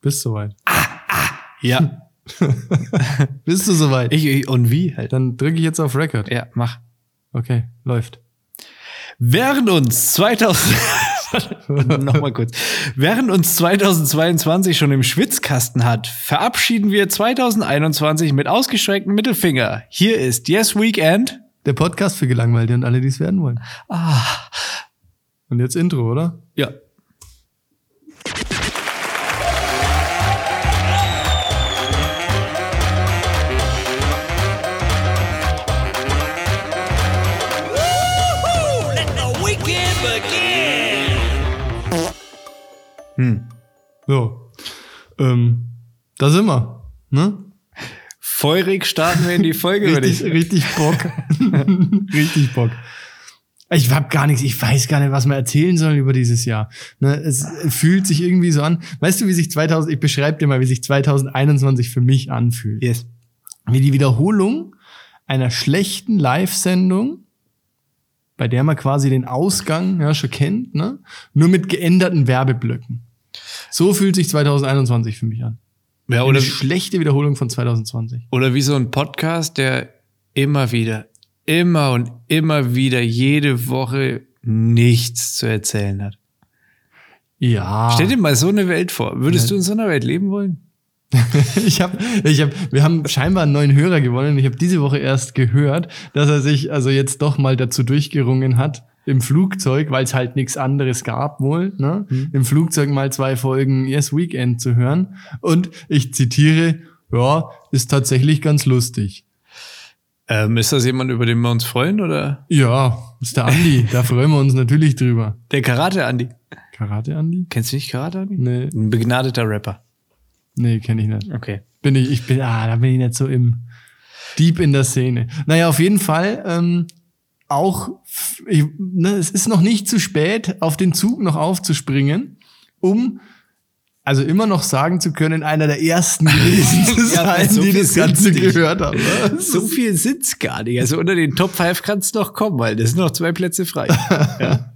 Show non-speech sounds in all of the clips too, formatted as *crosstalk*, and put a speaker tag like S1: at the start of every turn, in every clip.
S1: Bist soweit.
S2: Ja.
S1: Bist du soweit?
S2: Hm. Ich, ich, und wie halt.
S1: Dann drücke ich jetzt auf Record.
S2: Ja, mach.
S1: Okay, läuft.
S2: Während uns *laughs* 2000 nochmal kurz. Während uns 2022 schon im Schwitzkasten hat, verabschieden wir 2021 mit ausgestrecktem Mittelfinger. Hier ist Yes Weekend.
S1: Der Podcast für Gelangweilte und alle, die es werden wollen.
S2: Ah,
S1: Und jetzt Intro, oder?
S2: ja.
S3: Let the weekend begin.
S1: So. Ähm, da sind wir. Ne?
S2: Feurig starten wir in die *laughs* Folge, würde
S1: Richtig,
S2: ich.
S1: richtig *laughs* Bock. richtig Bock. Ich hab gar nichts, ich weiß gar nicht, was wir erzählen sollen über dieses Jahr. Ne, es fühlt sich irgendwie so an. Weißt du, wie sich 2000, ich beschreibe dir mal, wie sich 2021 für mich anfühlt.
S2: Yes.
S1: wie die Wiederholung einer schlechten Live-Sendung, bei der man quasi den Ausgang ja schon kennt, ne? nur mit geänderten Werbeblöcken. So fühlt sich 2021 für mich an.
S2: Ja,
S1: Eine
S2: oder,
S1: schlechte Wiederholung von 2020.
S2: oder wie so ein Podcast, der immer wieder, immer und immer wieder jede Woche nichts zu erzählen hat.
S1: Ja.
S2: Stell dir mal so eine Welt vor. Würdest du in so einer Welt leben wollen?
S1: *laughs* Ich habe, ich hab, wir haben scheinbar einen neuen Hörer gewonnen. Ich habe diese Woche erst gehört, dass er sich also jetzt doch mal dazu durchgerungen hat, im Flugzeug, weil es halt nichts anderes gab wohl, ne? im Flugzeug mal zwei Folgen Yes Weekend zu hören. Und ich zitiere, ja, ist tatsächlich ganz lustig.
S2: Ähm, ist das jemand, über den wir uns freuen oder
S1: Ja, ist der Andi, da freuen wir uns natürlich drüber.
S2: der Karate-Andi?
S1: Karate-Andi?
S2: Kennst du nicht Karate-Andi?
S1: Nee,
S2: Ein begnadeter Rapper.
S1: nee, kenne ich nicht.
S2: Okay.
S1: bin ich, ich bin, ah, da bin ich nicht so im Deep in der Szene. Naja, auf jeden Fall, ähm, auch, f- ich, ne, es ist noch nicht zu spät, auf den Zug noch aufzuspringen, um also immer noch sagen zu können, einer der ersten
S2: *laughs*
S1: gewesen zu
S2: Ja, also
S1: sein,
S2: so
S1: die
S2: viel
S1: das Ganze
S2: sind die.
S1: gehört haben. ne?
S2: *laughs* So viel sind's gar nicht. Also unter den Top 5 kannst noch kommen, weil das sind noch zwei Plätze frei. ja.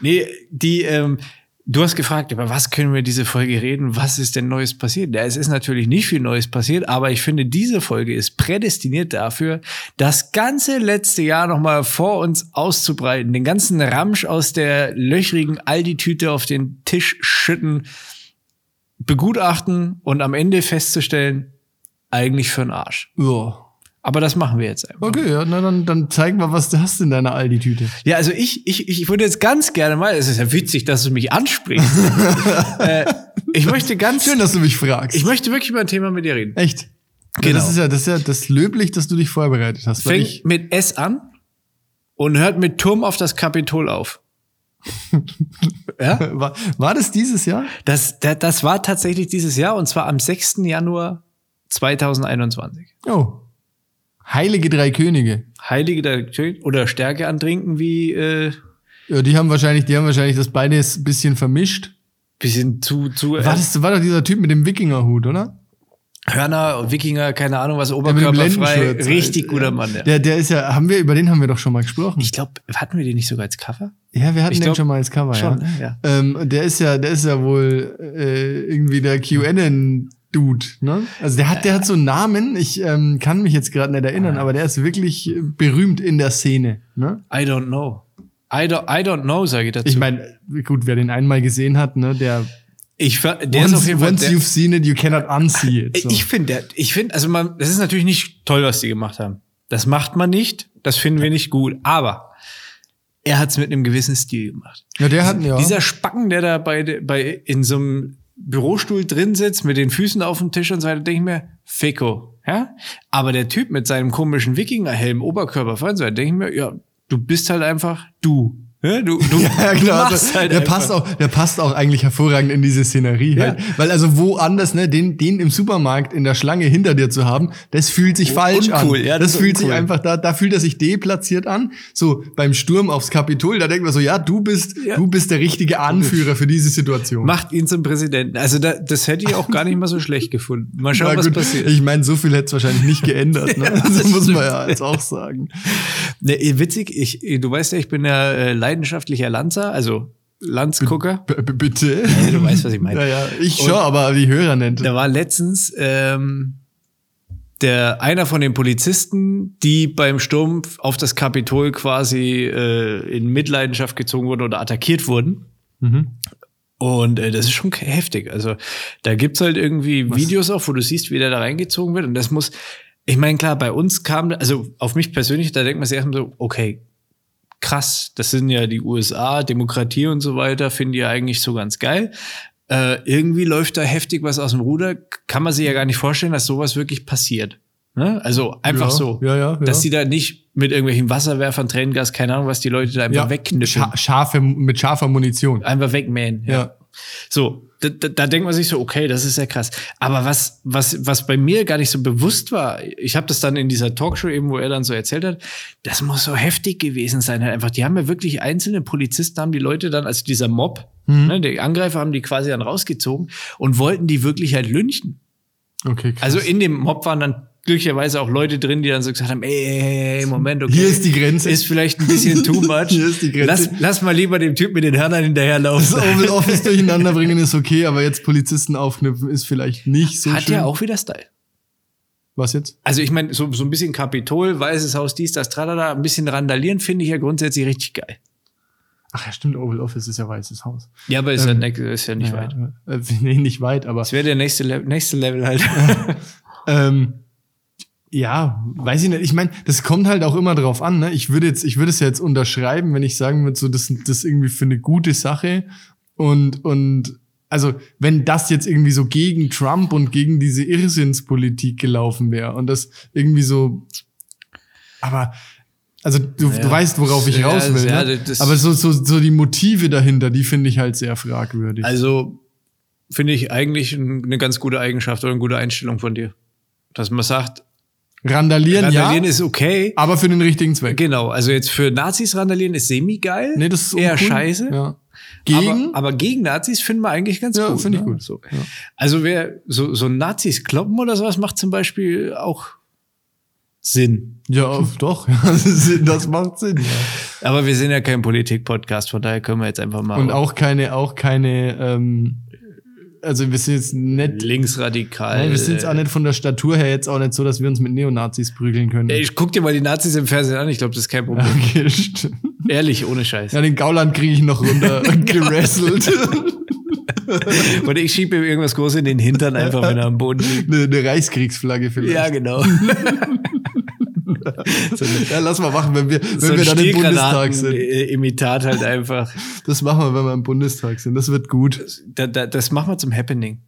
S2: Nee, die, ähm, du hast gefragt, über was können wir diese Folge reden? Was ist denn Neues passiert? Ja, es ist natürlich nicht viel Neues passiert, aber ich finde, diese Folge ist prädestiniert dafür, das ganze letzte Jahr nochmal vor uns auszubreiten, den ganzen Ramsch aus der löchrigen Aldi-Tüte auf den Tisch schütten, begutachten und am Ende festzustellen, eigentlich für den Arsch.
S1: Ja.
S2: Aber das machen wir jetzt einfach.
S1: Okay, ja, na, dann, dann zeig mal, was du hast in deiner Aldi-Tüte.
S2: Ja, also ich, ich, ich würde jetzt ganz gerne mal, es ist ja witzig, dass du mich ansprichst. *laughs* äh, ich möchte ganz,
S1: Schön, dass du mich fragst.
S2: ich möchte wirklich über ein Thema mit dir reden.
S1: Echt. Ja,
S2: Genau.
S1: Das ist ja, das ist ja das löblich, dass du dich vorbereitet hast. weil ich- *laughs*
S2: Fängt mit S an und hört mit Turm auf das Kapitol auf. ja,
S1: war, war das dieses Jahr?
S2: das, das, das war tatsächlich dieses Jahr und zwar am 6. Januar 2021.
S1: Oh. Heilige drei Könige.
S2: Heilige der Kö- oder Stärke antrinken wie äh,
S1: Ja, die haben wahrscheinlich, die haben wahrscheinlich das beides ein bisschen vermischt.
S2: bisschen zu zu äh,
S1: War das war doch dieser Typ mit dem Wikingerhut, oder?
S2: Hörner, Wikinger, keine Ahnung was,
S1: mit dem
S2: oberkörperfrei,
S1: Lendenschurz.
S2: richtig
S1: Ja.
S2: guter Mann. Ja.
S1: Der, der ist ja, haben wir, über den haben wir doch schon mal gesprochen.
S2: Ich glaube, hatten wir den nicht sogar als Cover?
S1: ja, wir hatten
S2: ich
S1: den
S2: glaub,
S1: schon mal als Cover,
S2: schon,
S1: ja.
S2: ne? Ja.
S1: Ähm, der ist ja, der ist ja wohl äh, irgendwie der QAnon. Dude, ne? Also der hat, der hat so einen Namen, ich ähm, kann mich jetzt gerade nicht erinnern,
S2: Ah.
S1: aber der ist wirklich berühmt in der Szene, ne?
S2: I don't know. I don't, I don't know, sage ich dazu.
S1: Ich meine, gut, wer den einmal gesehen hat, ne, der
S2: ich, ver- der
S1: once,
S2: ist auf jeden Fall.
S1: once
S2: Der,
S1: you've seen it, you cannot unsee it. So.
S2: Ich finde, der- ich finde, also man, das ist natürlich nicht toll, was die gemacht haben. Das macht man nicht, das finden wir nicht gut. Aber er hat es mit einem gewissen Stil gemacht.
S1: ja, der hat, ja.
S2: *laughs* Dieser Spacken, der da bei, de- bei in so einem Bürostuhl drin sitzt, mit den Füßen auf dem Tisch und so weiter, denke ich mir, Fico. Ja? Aber der Typ mit seinem komischen Wikingerhelm, Oberkörper, frei und so weiter, denke ich mir, ja, du bist halt einfach du. Ja, du, du,
S1: *laughs* Ja,
S2: du
S1: klar.
S2: machst
S1: Also,
S2: halt
S1: der
S2: einfach.
S1: passt auch, der passt auch eigentlich hervorragend in diese Szenerie
S2: Ja.
S1: halt. Weil also woanders, ne, den, den im Supermarkt in der Schlange hinter dir zu haben, das fühlt sich falsch
S2: Oh, uncool,
S1: an.
S2: ja,
S1: das
S2: das ist
S1: fühlt sich
S2: uncool.
S1: einfach da, da fühlt er sich deplatziert an. So beim Sturm aufs Kapitol, da denkt man so, ja, du bist,
S2: Ja.
S1: du bist der richtige Anführer für diese Situation.
S2: Macht ihn zum Präsidenten. Also da, das hätte ich auch gar nicht mal so schlecht gefunden. Mal schauen,
S1: Na
S2: was
S1: gut,
S2: passiert.
S1: Ich meine, so viel hätte es wahrscheinlich nicht geändert.
S2: *laughs*
S1: Ne? das muss man ja jetzt auch sagen.
S2: eh, Ne, witzig, ich, du weißt ja, ich bin ja äh, leidenschaftlicher Lanzer, also
S1: *laughs*
S2: Landsgucker.
S1: B b- bitte?
S2: du weißt, was ich meine.
S1: Ja, ja. Ich schon,
S2: Und-
S1: aber die Hörer nicht.
S2: Da war letztens ähm, der einer von den Polizisten, die beim Sturm auf das Kapitol quasi äh, in Mitleidenschaft gezogen wurden oder attackiert wurden. Und äh, das ist schon heftig. Also da gibt's halt irgendwie Videos auch, wo du siehst, wie der da reingezogen wird. Und das muss, ich meine, klar, bei uns kam, also auf mich persönlich, da denkt man sich erstmal so, okay, krass, das sind ja die USA, Demokratie und so weiter, finden die ja eigentlich so ganz geil. Äh, irgendwie läuft da heftig was aus dem Ruder. Kann man sich ja gar nicht vorstellen, dass sowas wirklich passiert. Ne? Also
S1: Ja,
S2: einfach so.
S1: ja, ja, ja.
S2: Dass die da nicht mit irgendwelchen Wasserwerfern, Tränengas, keine Ahnung, was die Leute da einfach wegknüppeln.
S1: Scha scharfe, mit scharfer Munition.
S2: Einfach wegmähen.
S1: Ja.
S2: So, da, da, da denkt man sich so, okay, das ist ja krass. Aber was, was, was bei mir gar nicht so bewusst war, ich habe das dann in dieser Talkshow eben, wo er dann so erzählt hat, das muss so heftig gewesen sein. Halt einfach, die haben ja wirklich einzelne Polizisten, haben die Leute dann, also dieser Mob,
S1: Mhm.
S2: ne, die Angreifer haben die quasi dann rausgezogen und wollten die wirklich halt lynchen.
S1: Okay, krass.
S2: Also in dem Mob waren dann glücklicherweise auch Leute drin, die dann so gesagt haben, ey, ey, ey Moment, okay.
S1: Hier ist die Grenze.
S2: Ist vielleicht ein
S1: *laughs*
S2: bisschen too much.
S1: Hier ist die Grenze.
S2: Lass, lass mal lieber dem Typ mit den Hörnern hinterherlaufen. *laughs*
S1: das Oval Office durcheinander bringen ist okay, aber jetzt Polizisten aufknüpfen ist vielleicht nicht so
S2: Hat
S1: schön.
S2: ja auch wieder Style.
S1: Was jetzt?
S2: Also ich meine, so, so ein bisschen Kapitol, Weißes Haus, dies, das, tralala, ein bisschen randalieren finde ich ja grundsätzlich richtig geil.
S1: Ach ja, stimmt, Oval Office ist ja weißes Haus.
S2: Ja, aber ist,
S1: Ähm,
S2: ja, ne- ist ja nicht weit.
S1: Ja, äh, *laughs* nee, nicht weit, aber
S2: Das wäre der nächste, Le nächste
S1: *laughs*
S2: Level halt.
S1: Ähm, ja, weiß ich nicht. Ich meine, das kommt halt auch immer drauf an. Ne? Ich würde jetzt, ich würde es ja jetzt unterschreiben, wenn ich sagen würde, so das, das irgendwie für eine gute Sache und und also wenn das jetzt irgendwie so gegen Trump und gegen diese Irrsinnspolitik gelaufen wäre und das irgendwie so, aber also du,
S2: Ja.
S1: du weißt, worauf ich
S2: Ja,
S1: raus will.
S2: ja,
S1: ne?
S2: das-
S1: Aber so, so so die Motive dahinter, die finde ich halt sehr fragwürdig.
S2: also finde ich eigentlich ein- eine ganz gute Eigenschaft oder eine gute Einstellung von dir. Dass man sagt,
S1: randalieren,
S2: randalieren
S1: ja,
S2: ist okay.
S1: aber für den richtigen Zweck.
S2: Genau, also jetzt für Nazis randalieren ist semi-geil.
S1: Nee, das ist
S2: eher
S1: uncool.
S2: scheiße.
S1: Ja. Gegen,
S2: Aber, aber gegen Nazis finden wir eigentlich ganz
S1: Ja,
S2: gut.
S1: finde ich
S2: ne?
S1: gut.
S2: So.
S1: Ja.
S2: Also wer so, so Nazis kloppen oder sowas macht zum Beispiel auch Sinn.
S1: ja, doch, *laughs* Also, das macht Sinn.
S2: Aber wir sind ja kein Politik-Podcast, von daher können wir jetzt einfach mal
S1: Und auch keine, auch keine, ähm, also wir sind jetzt nicht,
S2: linksradikal.
S1: nein, wir sind jetzt auch nicht von der Statur her jetzt auch nicht so, dass wir uns mit Neonazis prügeln können.
S2: Ey, ich guck dir mal die Nazis im Fernsehen an, ich glaube, das ist kein Problem.
S1: *laughs* Okay, stimmt.
S2: Ehrlich, ohne Scheiß.
S1: Ja, den Gauland kriege ich noch
S2: *laughs*
S1: runter gerasselt. *laughs*
S2: Oder ich schiebe ihm irgendwas Großes in den Hintern einfach, wenn er am Boden
S1: *laughs*
S2: liegt.
S1: Eine, eine Reichskriegsflagge vielleicht.
S2: Ja, genau.
S1: Ja, lass mal machen, wenn wir, wenn
S2: So ein
S1: wir dann im Bundestag sind.
S2: Stiergranaten-Imitat halt einfach.
S1: Das machen wir, wenn wir im Bundestag sind. Das wird gut.
S2: Da, da, das machen wir zum Happening.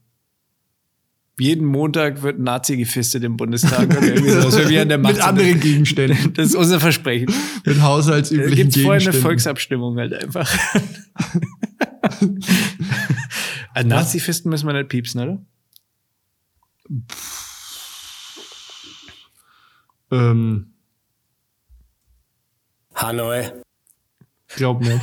S2: Jeden Montag wird ein Nazi gefistet im Bundestag. Oder irgendwie so. Das wir wieder in der Macht
S1: *laughs* mit
S2: sind.
S1: anderen Gegenständen.
S2: Das ist unser Versprechen.
S1: Mit
S2: Da
S1: haushaltsüblichen
S2: gibt es Äh, vorher eine
S1: Gegenständen.
S2: Volksabstimmung halt einfach.
S1: *laughs*
S2: An Nazi-Fisten müssen wir nicht piepsen, oder?
S1: ähm,
S3: Hanoi.
S1: Glaub mir.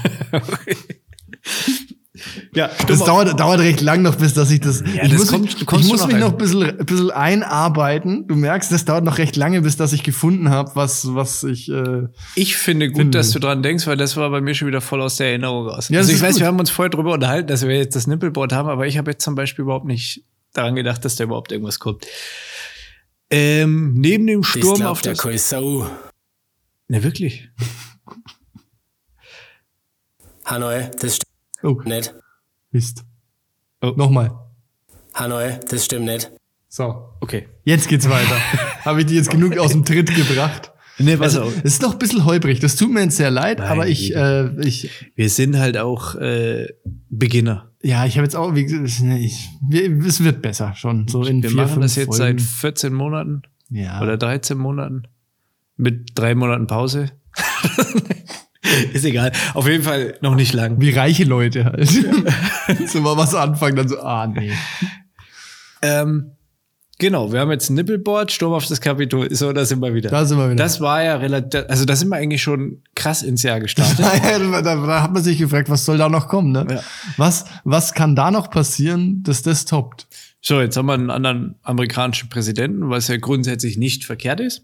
S2: Ja,
S1: *laughs* Das dauert, dauert recht lang noch, bis dass ich das. ich
S2: das
S1: muss,
S2: kommt-
S1: mich,
S2: du kommst
S1: ich
S2: schon
S1: muss
S2: noch
S1: mich
S2: rein.
S1: noch ein bisschen, ein bisschen einarbeiten. Du merkst, das dauert noch recht lange, bis dass ich gefunden habe, was, was ich. Äh,
S2: Ich finde gut,
S1: Finden
S2: dass
S1: wir.
S2: du dran denkst, weil das war bei mir schon wieder voll aus der Erinnerung raus.
S1: Hm. Ja, das
S2: also ich
S1: ist
S2: weiß,
S1: gut.
S2: wir haben uns vorher drüber unterhalten, dass wir jetzt das Nippelboard haben, aber ich habe jetzt zum Beispiel überhaupt nicht daran gedacht, dass da überhaupt irgendwas kommt. Ähm, neben dem
S3: Das
S2: Sturm auf
S3: glaubt ja
S2: der
S3: keine Sau.
S2: Ne, wirklich.
S3: Hanoi, das stimmt
S1: oh,
S3: nicht.
S1: Mist.
S2: Oh.
S1: Nochmal.
S3: Hanoi, das stimmt nicht.
S1: So.
S2: Okay.
S1: Jetzt geht's
S2: *laughs*
S1: weiter. habe ich die jetzt genug aus dem Tritt gebracht?
S2: Ne,
S1: Also, es ist noch ein bisschen holprig. Das tut mir jetzt sehr leid,
S2: Nein,
S1: aber ich, äh, ich,
S2: Wir sind halt auch äh, Beginner.
S1: ja, ich habe jetzt auch, wie gesagt, nee, ich, wir, es wird besser schon. So in
S2: Wir
S1: vier,
S2: machen
S1: fünf
S2: das jetzt
S1: Folgen.
S2: seit 14 Monaten
S1: ja.
S2: oder 13 Monaten mit drei Monaten Pause. *laughs* Ist egal. Auf jeden Fall noch nicht lang.
S1: Wie reiche Leute halt. *laughs* so mal was anfangen, dann so, ah, nee.
S2: Ähm, genau, wir haben jetzt ein Nippelboard, Sturm auf das Kapitol. So, da sind wir wieder.
S1: Da sind wir wieder. *laughs*
S2: das war ja relativ, also da sind wir eigentlich schon krass ins Jahr gestartet.
S1: Naja, da, da hat man sich gefragt, was soll da noch kommen, ne?
S2: Ja.
S1: Was, was kann da noch passieren, dass das toppt?
S2: so, jetzt haben wir einen anderen amerikanischen Präsidenten, was ja grundsätzlich nicht verkehrt ist.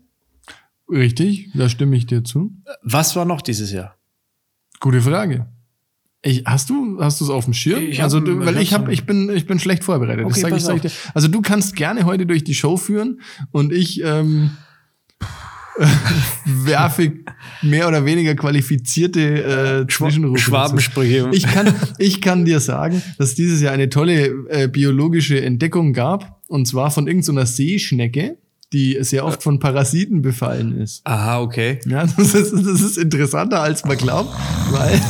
S1: Richtig, da stimme ich dir zu.
S2: Was war noch dieses Jahr?
S1: Gute Frage. Ich, hast du hast du es auf dem Schirm?
S2: Ich hab-
S1: also du, weil
S2: ich
S1: ich
S2: hab's-
S1: habe ich bin ich bin schlecht vorbereitet.
S2: Okay,
S1: das sag ich,
S2: pass
S1: sag ich dir. Also du kannst gerne heute durch die Show führen und ich ähm, *laughs* werfe mehr oder weniger qualifizierte äh, Zwischenrufe. dazu.
S2: Schwabensprüche.
S1: Ich kann ich kann dir sagen, dass dieses Jahr eine tolle äh, biologische Entdeckung gab und zwar von irgendeiner Seeschnecke, die sehr oft von Parasiten befallen ist.
S2: Aha, okay.
S1: Ja, *laughs* das ist, das ist interessanter, als man glaubt, weil.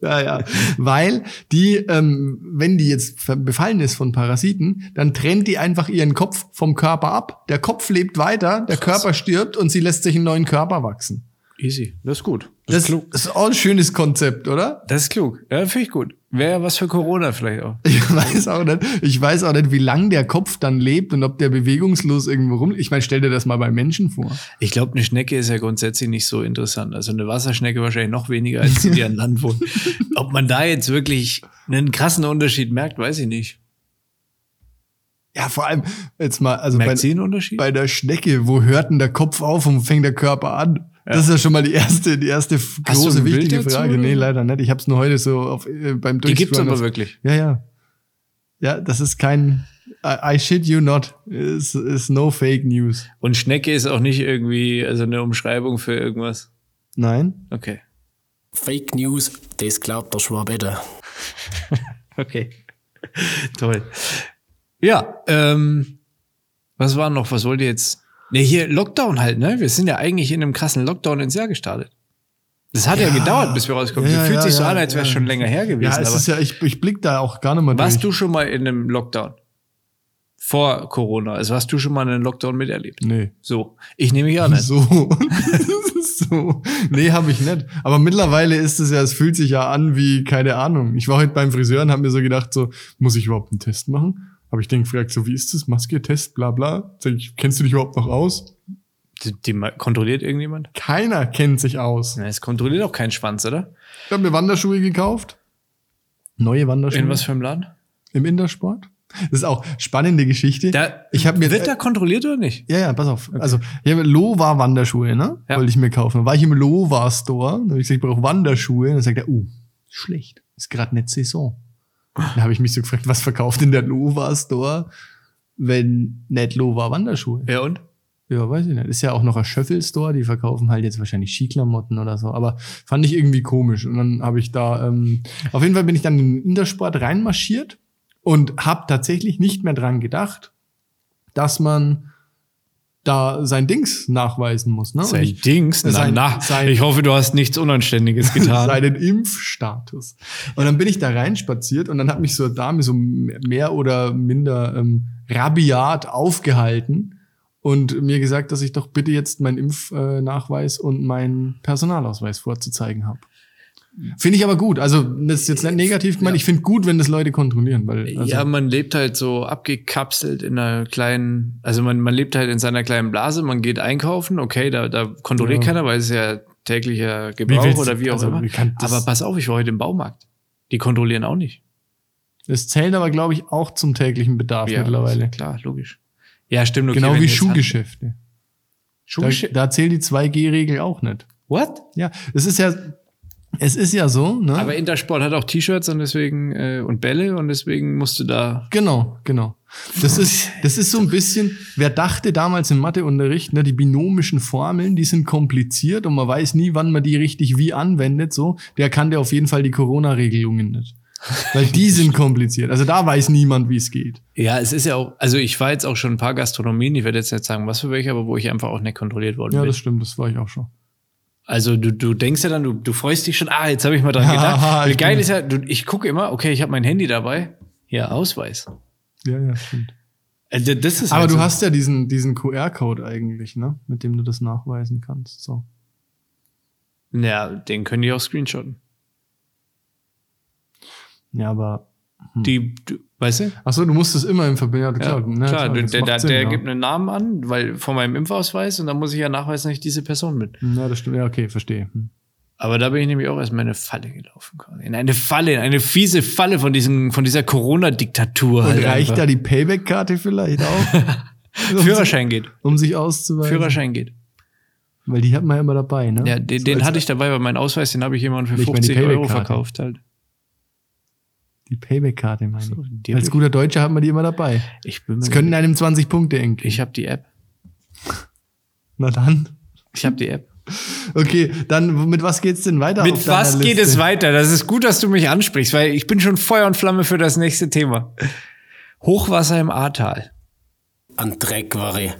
S1: ja, ja. Weil die, ähm, wenn die jetzt ver- befallen ist von Parasiten, dann trennt die einfach ihren Kopf vom Körper ab. Der Kopf lebt weiter, der Körper stirbt und sie lässt sich einen neuen Körper wachsen.
S2: Easy. Das ist gut.
S1: Das, das ist auch ein schönes Konzept, oder?
S2: Das ist klug. Ja, finde ich gut. Wäre ja was für Corona vielleicht auch.
S1: Ich *laughs* weiß auch nicht, ich weiß auch nicht, wie lang der Kopf dann lebt und ob der bewegungslos irgendwo rum. Ich meine, stell dir das mal bei Menschen vor.
S2: Ich glaube, eine Schnecke ist ja grundsätzlich nicht so interessant. Also eine Wasserschnecke wahrscheinlich noch weniger, als die, die an
S1: *laughs*
S2: Land wohnt. Ob man da jetzt wirklich einen krassen Unterschied merkt, weiß ich nicht.
S1: Ja, vor allem jetzt mal, also bei,
S2: Merkt sie einen Unterschied?
S1: bei der Schnecke, wo hört denn der Kopf auf und fängt der Körper an? Das ist ja schon mal die erste, die erste f-
S2: Hast du
S1: große
S2: ein Bild
S1: wichtige
S2: dazu,
S1: Frage.
S2: oder?
S1: Nee, leider nicht. Ich habe es nur heute so auf, äh, beim
S2: die
S1: Durchscrollen.
S2: gibt's aber
S1: auf-
S2: wirklich.
S1: Ja, ja. Ja, das ist kein I, I shit you not. Ist ist no fake news.
S2: Und Schnecke ist auch nicht irgendwie also eine Umschreibung für irgendwas.
S1: Nein.
S2: Okay.
S3: Fake News, das glaubt der eh Schwabette.
S2: Okay. *laughs* Toll. Ja, ähm, was war noch? Was wollt ihr jetzt? Ne, hier Lockdown halt, ne? Wir sind ja eigentlich in einem krassen Lockdown ins Jahr gestartet. Das hat ja, gedauert, bis wir rauskommen.
S1: Ja,
S2: Fühlt
S1: ja,
S2: sich so
S1: ja,
S2: an, als wäre es
S1: ja.
S2: schon länger her gewesen.
S1: Ja, es
S2: aber
S1: ist ja, ich, ich blick da auch gar nicht mal
S2: warst
S1: durch.
S2: du schon mal in einem Lockdown? Vor Corona. Also hast du schon mal einen Lockdown miterlebt?
S1: Nee.
S2: Hm. So. Ich nehme mich an.
S1: So. *laughs* so. Nee, habe ich nicht. Aber mittlerweile ist es ja, es fühlt sich ja an wie, keine Ahnung. Ich war heute beim Friseur und habe mir so gedacht, so, muss ich überhaupt einen Test machen? Habe ich den gefragt, so, wie ist das? Maske, Test, bla bla. Sag ich, kennst du dich überhaupt noch aus?
S2: Die, die ma- kontrolliert irgendjemand?
S1: Keiner kennt sich aus.
S2: Na, es kontrolliert auch kein Schwanz, oder?
S1: Ich habe mir Wanderschuhe gekauft. Neue Wanderschuhe.
S2: In was für einem Laden?
S1: Im Intersport. Das ist auch spannende Geschichte.
S2: Da-
S1: ich habe mir
S2: Wird da kontrolliert oder nicht?
S1: Ja, ja, pass auf. Also, ich habe Lova Wanderschuhe, ne?
S2: Ja.
S1: Wollte ich mir kaufen. Dann war ich im Lova Store, dann habe ich gesagt, ich brauche Wanderschuhe. Und dann sagt er, oh, schlecht. Ist gerade nicht Saison. Dann habe ich mich so gefragt, was verkauft denn der Lova Store, wenn nicht Lova Wanderschuhe?
S2: Ja, und?
S1: Ja, weiß ich nicht. Ist ja auch noch ein Schöffel Store, die verkaufen halt jetzt wahrscheinlich Skiklamotten oder so. Aber fand ich irgendwie komisch. Und dann habe ich da, ähm, auf jeden Fall bin ich dann in den Intersport reinmarschiert und habe tatsächlich nicht mehr dran gedacht, dass man da sein Dings nachweisen muss. Ne? Und
S2: Sein
S1: ich-
S2: Dings? Na,
S1: sein-
S2: na,
S1: sein-
S2: ich hoffe, du hast nichts Unanständiges getan.
S1: seinen Impfstatus. Und dann bin ich da reinspaziert und dann hat mich so eine Dame so mehr oder minder ähm, rabiat aufgehalten und mir gesagt, dass ich doch bitte jetzt meinen Impfnachweis und meinen Personalausweis vorzuzeigen habe. Finde ich aber gut. Also, das ist jetzt nicht negativ gemeint. Ich finde gut, wenn das Leute kontrollieren, weil also,
S2: ja, man lebt halt so abgekapselt in einer kleinen, also man, man lebt halt in seiner kleinen Blase, man geht einkaufen, okay, da, da kontrolliert
S1: Ja.
S2: keiner, weil es ist ja täglicher Gebrauch
S1: willst-
S2: oder wie auch
S1: also,
S2: immer.
S1: wie kann das-
S2: Aber pass auf, ich war heute im Baumarkt. Die kontrollieren auch nicht.
S1: das zählt aber, glaube ich, auch zum täglichen Bedarf
S2: ist ja
S1: mittlerweile.
S2: Klar, logisch. Ja, stimmt. Okay,
S1: genau
S2: wenn
S1: wie
S2: jetzt Hand-
S1: Schuhgeschäfte. Da,
S2: Schuhgeschäft.
S1: da zählt die 2G-Regel auch nicht.
S2: What?
S1: Ja, es ist ja, es ist ja so, ne?
S2: Aber Intersport hat auch T-Shirts und deswegen äh, und Bälle und deswegen musste da
S1: genau, genau. Das ist, das ist so ein bisschen, wer dachte damals im Matheunterricht, ne, die binomischen Formeln, die sind kompliziert und man weiß nie, wann man die richtig wie anwendet, so, der kannte auf jeden Fall die Corona-Regelungen nicht. Weil die
S2: *laughs*
S1: sind kompliziert. Also da weiß niemand, wie es geht.
S2: Ja, es ist ja auch, also ich war jetzt auch schon ein paar Gastronomien, ich werde jetzt nicht sagen, was für welche, aber wo ich einfach auch nicht kontrolliert worden
S1: Ja,
S2: bin.
S1: das stimmt, das war ich auch schon.
S2: Also du, du denkst ja dann, du, du freust dich schon, ah, jetzt habe ich *laughs* mal dran
S1: Haha,
S2: gedacht. Weil
S1: ich
S2: Geil
S1: bin-
S2: ist ja, du, ich gucke immer, okay, ich habe mein Handy dabei. Ja, Ausweis.
S1: Ja, ja, stimmt.
S2: Also das ist
S1: Aber
S2: halt
S1: du
S2: so.
S1: hast ja diesen, diesen QR-Code eigentlich, ne? Mit dem du das nachweisen kannst. So.
S2: Ja, den können die auch screenshotten.
S1: Ja, aber.
S2: Die, du, weißt du?
S1: Achso, du musst es immer im Verbindung. Ja,
S2: Ja,
S1: klar, ne,
S2: klar,
S1: das
S2: der,
S1: macht
S2: der,
S1: Sinn,
S2: der
S1: ja.
S2: gibt einen Namen an, weil von meinem Impfausweis und dann muss ich ja nachweisen, dass ich diese Person bin.
S1: Ja, das stimmt. Ja, okay, verstehe. Hm.
S2: Aber da bin ich nämlich auch erstmal in eine Falle gelaufen. quasi. In eine Falle, in eine fiese Falle von, diesem, von dieser Corona-Diktatur.
S1: Und
S2: halt
S1: reicht
S2: einfach.
S1: da die
S2: *laughs*
S1: Payback-Karte vielleicht auch? um, sich,
S2: Führerschein geht.
S1: um sich auszuweisen?
S2: Führerschein geht.
S1: Weil die hat man ja immer dabei, ne?
S2: Ja, den,
S1: So
S2: den
S1: als-
S2: hatte ich dabei, weil meinen Ausweis, den habe ich jemandem für
S1: Ich meine, die
S2: 50 Euro
S1: Payback-Karte.
S2: verkauft halt.
S1: Die Payback-Karte, meine ich.
S2: So, die hab
S1: Als
S2: ich-
S1: guter Deutscher hat man die immer dabei.
S2: Ich bin mir
S1: Es können einem 20 Punkte eng.
S2: Ich habe die App.
S1: Na dann.
S2: Ich habe die App.
S1: Okay, dann mit was geht's denn weiter? auf
S2: Mit
S1: deiner
S2: was geht
S1: Liste?
S2: es weiter? Das ist gut, dass du mich ansprichst, weil ich bin schon Feuer und Flamme für das nächste Thema. Hochwasser im Ahrtal.
S3: An Dreck war ich.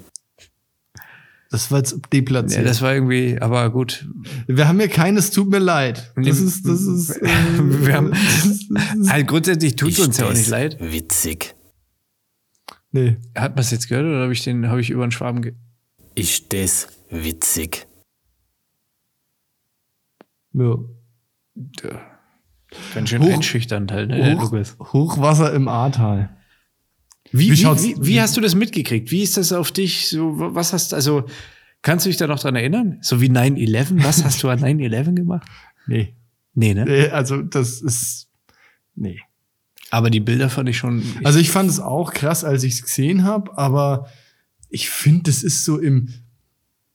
S1: Das war jetzt
S2: Ja,
S1: deplatziert.
S2: das war irgendwie, aber gut.
S1: wir haben hier keines, tut mir leid. Das
S2: Nee,
S1: ist, das ist. Äh,
S2: *laughs* Wir haben- Halt grundsätzlich tut
S3: Ist
S2: uns ja auch
S3: das
S2: nicht leid.
S3: Witzig.
S1: nee.
S2: Hat man es jetzt gehört oder habe ich den, habe ich über den Schwaben ge
S3: Ist das witzig.
S1: Ja.
S2: Ganz schön
S1: Hoch-
S2: einschüchternd halt, ne,
S1: Hoch,
S2: Lukas.
S1: Hochwasser im Ahrtal.
S2: Wie,
S1: Wie
S2: wie,
S1: schaut's-
S2: wie, wie hast du das mitgekriegt? Wie ist das auf dich? So, wa- was hast also kannst du dich da noch dran erinnern? So wie 9-11? Was hast du an 9-11 gemacht?
S1: Nee.
S2: Nee, ne?
S1: Äh, Also, das ist. Nee.
S2: Aber die Bilder fand ich schon.
S1: Also, ich fand es auch krass, als ich es gesehen habe, aber ich finde, das ist so im.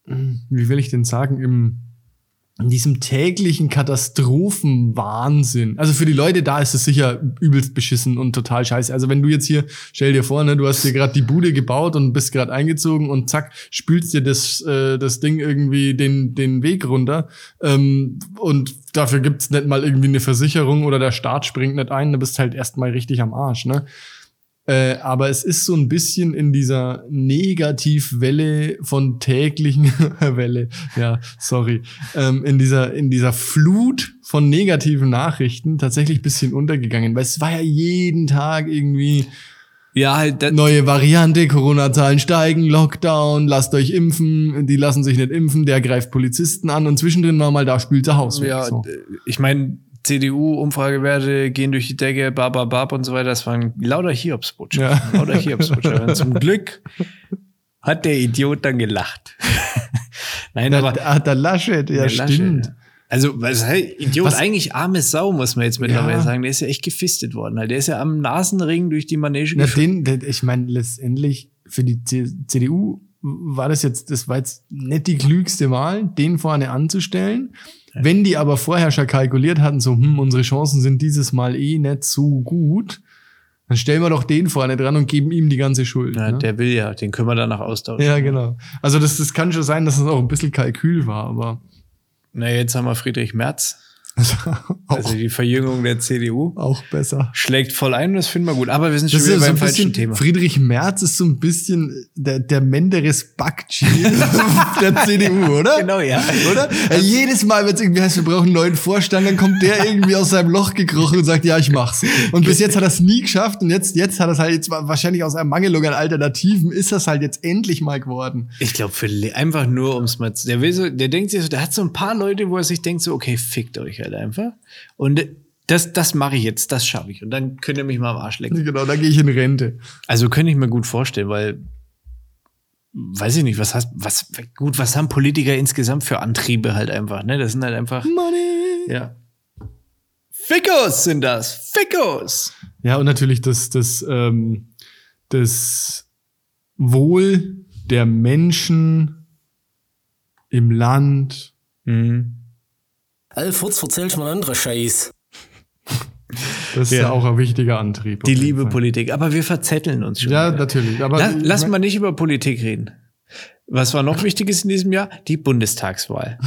S1: hm, Wie will ich denn sagen? Im. In diesem täglichen Katastrophenwahnsinn. Also für die Leute da ist es sicher übelst beschissen und total scheiße. Also wenn du jetzt hier, stell dir vor, ne, du hast dir gerade die Bude gebaut und bist gerade eingezogen und zack, spülst dir das, äh, das Ding irgendwie den, den Weg runter. Ähm, und dafür gibt's nicht mal irgendwie eine Versicherung oder der Staat springt nicht ein, da bist halt erstmal richtig am Arsch, ne? Äh, aber es ist so ein bisschen in dieser Negativwelle von täglichen *laughs* Welle, ja, sorry, ähm, in dieser in dieser Flut von negativen Nachrichten tatsächlich ein bisschen untergegangen, weil es war ja jeden Tag irgendwie
S2: ja, halt, da-
S1: neue Variante, Corona-Zahlen steigen, Lockdown, lasst euch impfen, die lassen sich nicht impfen, der greift Polizisten an und zwischendrin war mal da spült der Haus weg.
S2: ja,
S1: so.
S2: d- ich meine, CDU-Umfragewerte gehen durch die Decke, bababab bab, und so weiter. Das waren lauter Hiobsbotschaften.
S1: Ja.
S2: Lauter Hiobsbotschaften. Und Zum Glück hat der Idiot dann gelacht. *laughs* Nein,
S1: Da,
S2: aber.
S1: da, da Laschet, ja
S2: Der Laschet,
S1: stimmt.
S2: ja. Also, was heißt, Idiot,
S1: Was-
S2: eigentlich arme Sau, muss man jetzt mittlerweile
S1: Ja.
S2: sagen. Der ist ja echt gefistet worden. halt. Der ist ja am Nasenring durch die Manege
S1: Na,
S2: geführt.
S1: den, den, ich meine, letztendlich für die C CDU war das jetzt, das war jetzt nicht die klügste Wahl, den vorne anzustellen. Wenn die aber vorher schon kalkuliert hatten, so, hm, unsere Chancen sind dieses Mal eh nicht so gut, dann stellen wir doch den vorne dran und geben ihm die ganze Schuld.
S2: Na,
S1: ne?
S2: Der will ja, den können wir danach austauschen.
S1: ja, genau. Also das, das kann schon sein, dass es auch ein bisschen Kalkül war, aber *laughs*
S2: Na, jetzt haben wir Friedrich Merz.
S1: also auch,
S2: Also die Verjüngung der CDU.
S1: auch besser.
S2: Schlägt voll ein, das finden wir gut. Aber wir sind schon
S1: Das
S2: wieder
S1: ist so ein
S2: beim falschen
S1: bisschen,
S2: Thema.
S1: Friedrich Merz ist so ein bisschen der, der Menderes
S2: *laughs*
S1: Bakci der CDU, oder?
S2: Genau, ja. Also
S1: Oder? Äh, jedes Mal, wenn es irgendwie heißt, wir brauchen einen neuen Vorstand, dann kommt der irgendwie aus seinem Loch gekrochen und sagt, ja, ich mach's. Und bis jetzt hat er es nie geschafft und jetzt, jetzt hat er es halt jetzt wa- wahrscheinlich aus Ermangelung an Alternativen ist das halt jetzt endlich mal geworden.
S2: Ich glaube, für Le- einfach nur ums mal. zu- Der, will so, der denkt sich so, der hat so ein paar Leute, wo er sich denkt, so, okay, fickt euch halt einfach. Und das, das mache ich jetzt, das schaffe ich. Und dann könnt ihr mich mal am Arsch lecken.
S1: Genau, da gehe ich in Rente.
S2: Also könnte ich mir gut vorstellen, weil weiß ich nicht, was hast was gut, was haben Politiker insgesamt für Antriebe halt einfach, ne? Das sind halt einfach
S1: Money.
S2: ja. Fickos sind das. Fickos.
S1: Ja, und natürlich das, das, ähm, das Wohl der Menschen im Land. Mhm.
S3: All Furz, erzählst mal andere Scheiß.
S1: Das ist ja,
S2: Ja.
S1: auch ein wichtiger Antrieb.
S2: Die
S1: auf jeden
S2: liebe
S1: Fall.
S2: Politik, aber wir verzetteln uns schon.
S1: Ja,
S2: wieder.
S1: natürlich. Aber
S2: Lass, lass mal nicht über Politik reden. Was
S1: *laughs*
S2: war noch wichtiges in diesem Jahr? Die Bundestagswahl.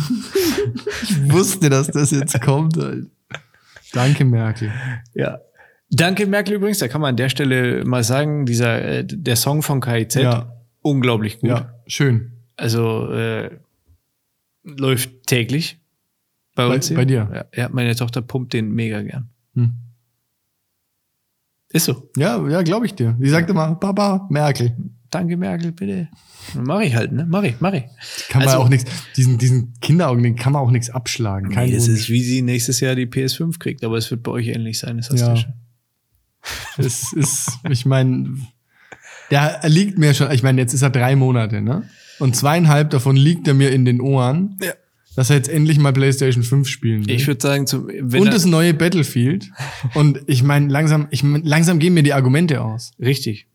S1: ich wusste, dass das jetzt kommt. Alter. Danke, Merkel.
S2: Ja. Danke, Merkel übrigens. Da kann man an der Stelle mal sagen, dieser, äh, der Song von KIZ,
S1: Ja.
S2: unglaublich gut.
S1: Ja, schön.
S2: Also äh, läuft täglich bei
S1: Bei-
S2: uns. hier.
S1: bei dir?
S2: Ja, ja, meine Tochter pumpt den mega gern.
S1: Hm.
S2: Ist so.
S1: Ja, ja, glaube ich dir. Die sagt immer, Papa, Merkel.
S2: Danke, Merkel, bitte. Mach ich halt, ne? Mach ich, mach ich.
S1: Kann
S2: Also-
S1: man auch nichts, diesen, diesen Kinderaugen, den kann man auch nichts abschlagen. Kein
S2: nee, das
S1: Wunsch.
S2: ist, wie sie nächstes Jahr die PS5 kriegt, aber es wird bei euch ähnlich sein, das hast
S1: Ja.
S2: du schon.
S1: Es ist, ich meine, der liegt mir schon, ich meine, jetzt ist er drei Monate, ne? Und zweieinhalb davon liegt er mir in den Ohren,
S2: Ja.
S1: dass er jetzt endlich mal PlayStation 5 spielen will.
S2: Ich würde sagen, zum, wenn
S1: Mhm. und
S2: er-
S1: das neue Battlefield. Und ich meine, langsam, ich mein, langsam gehen mir die Argumente aus.
S2: richtig.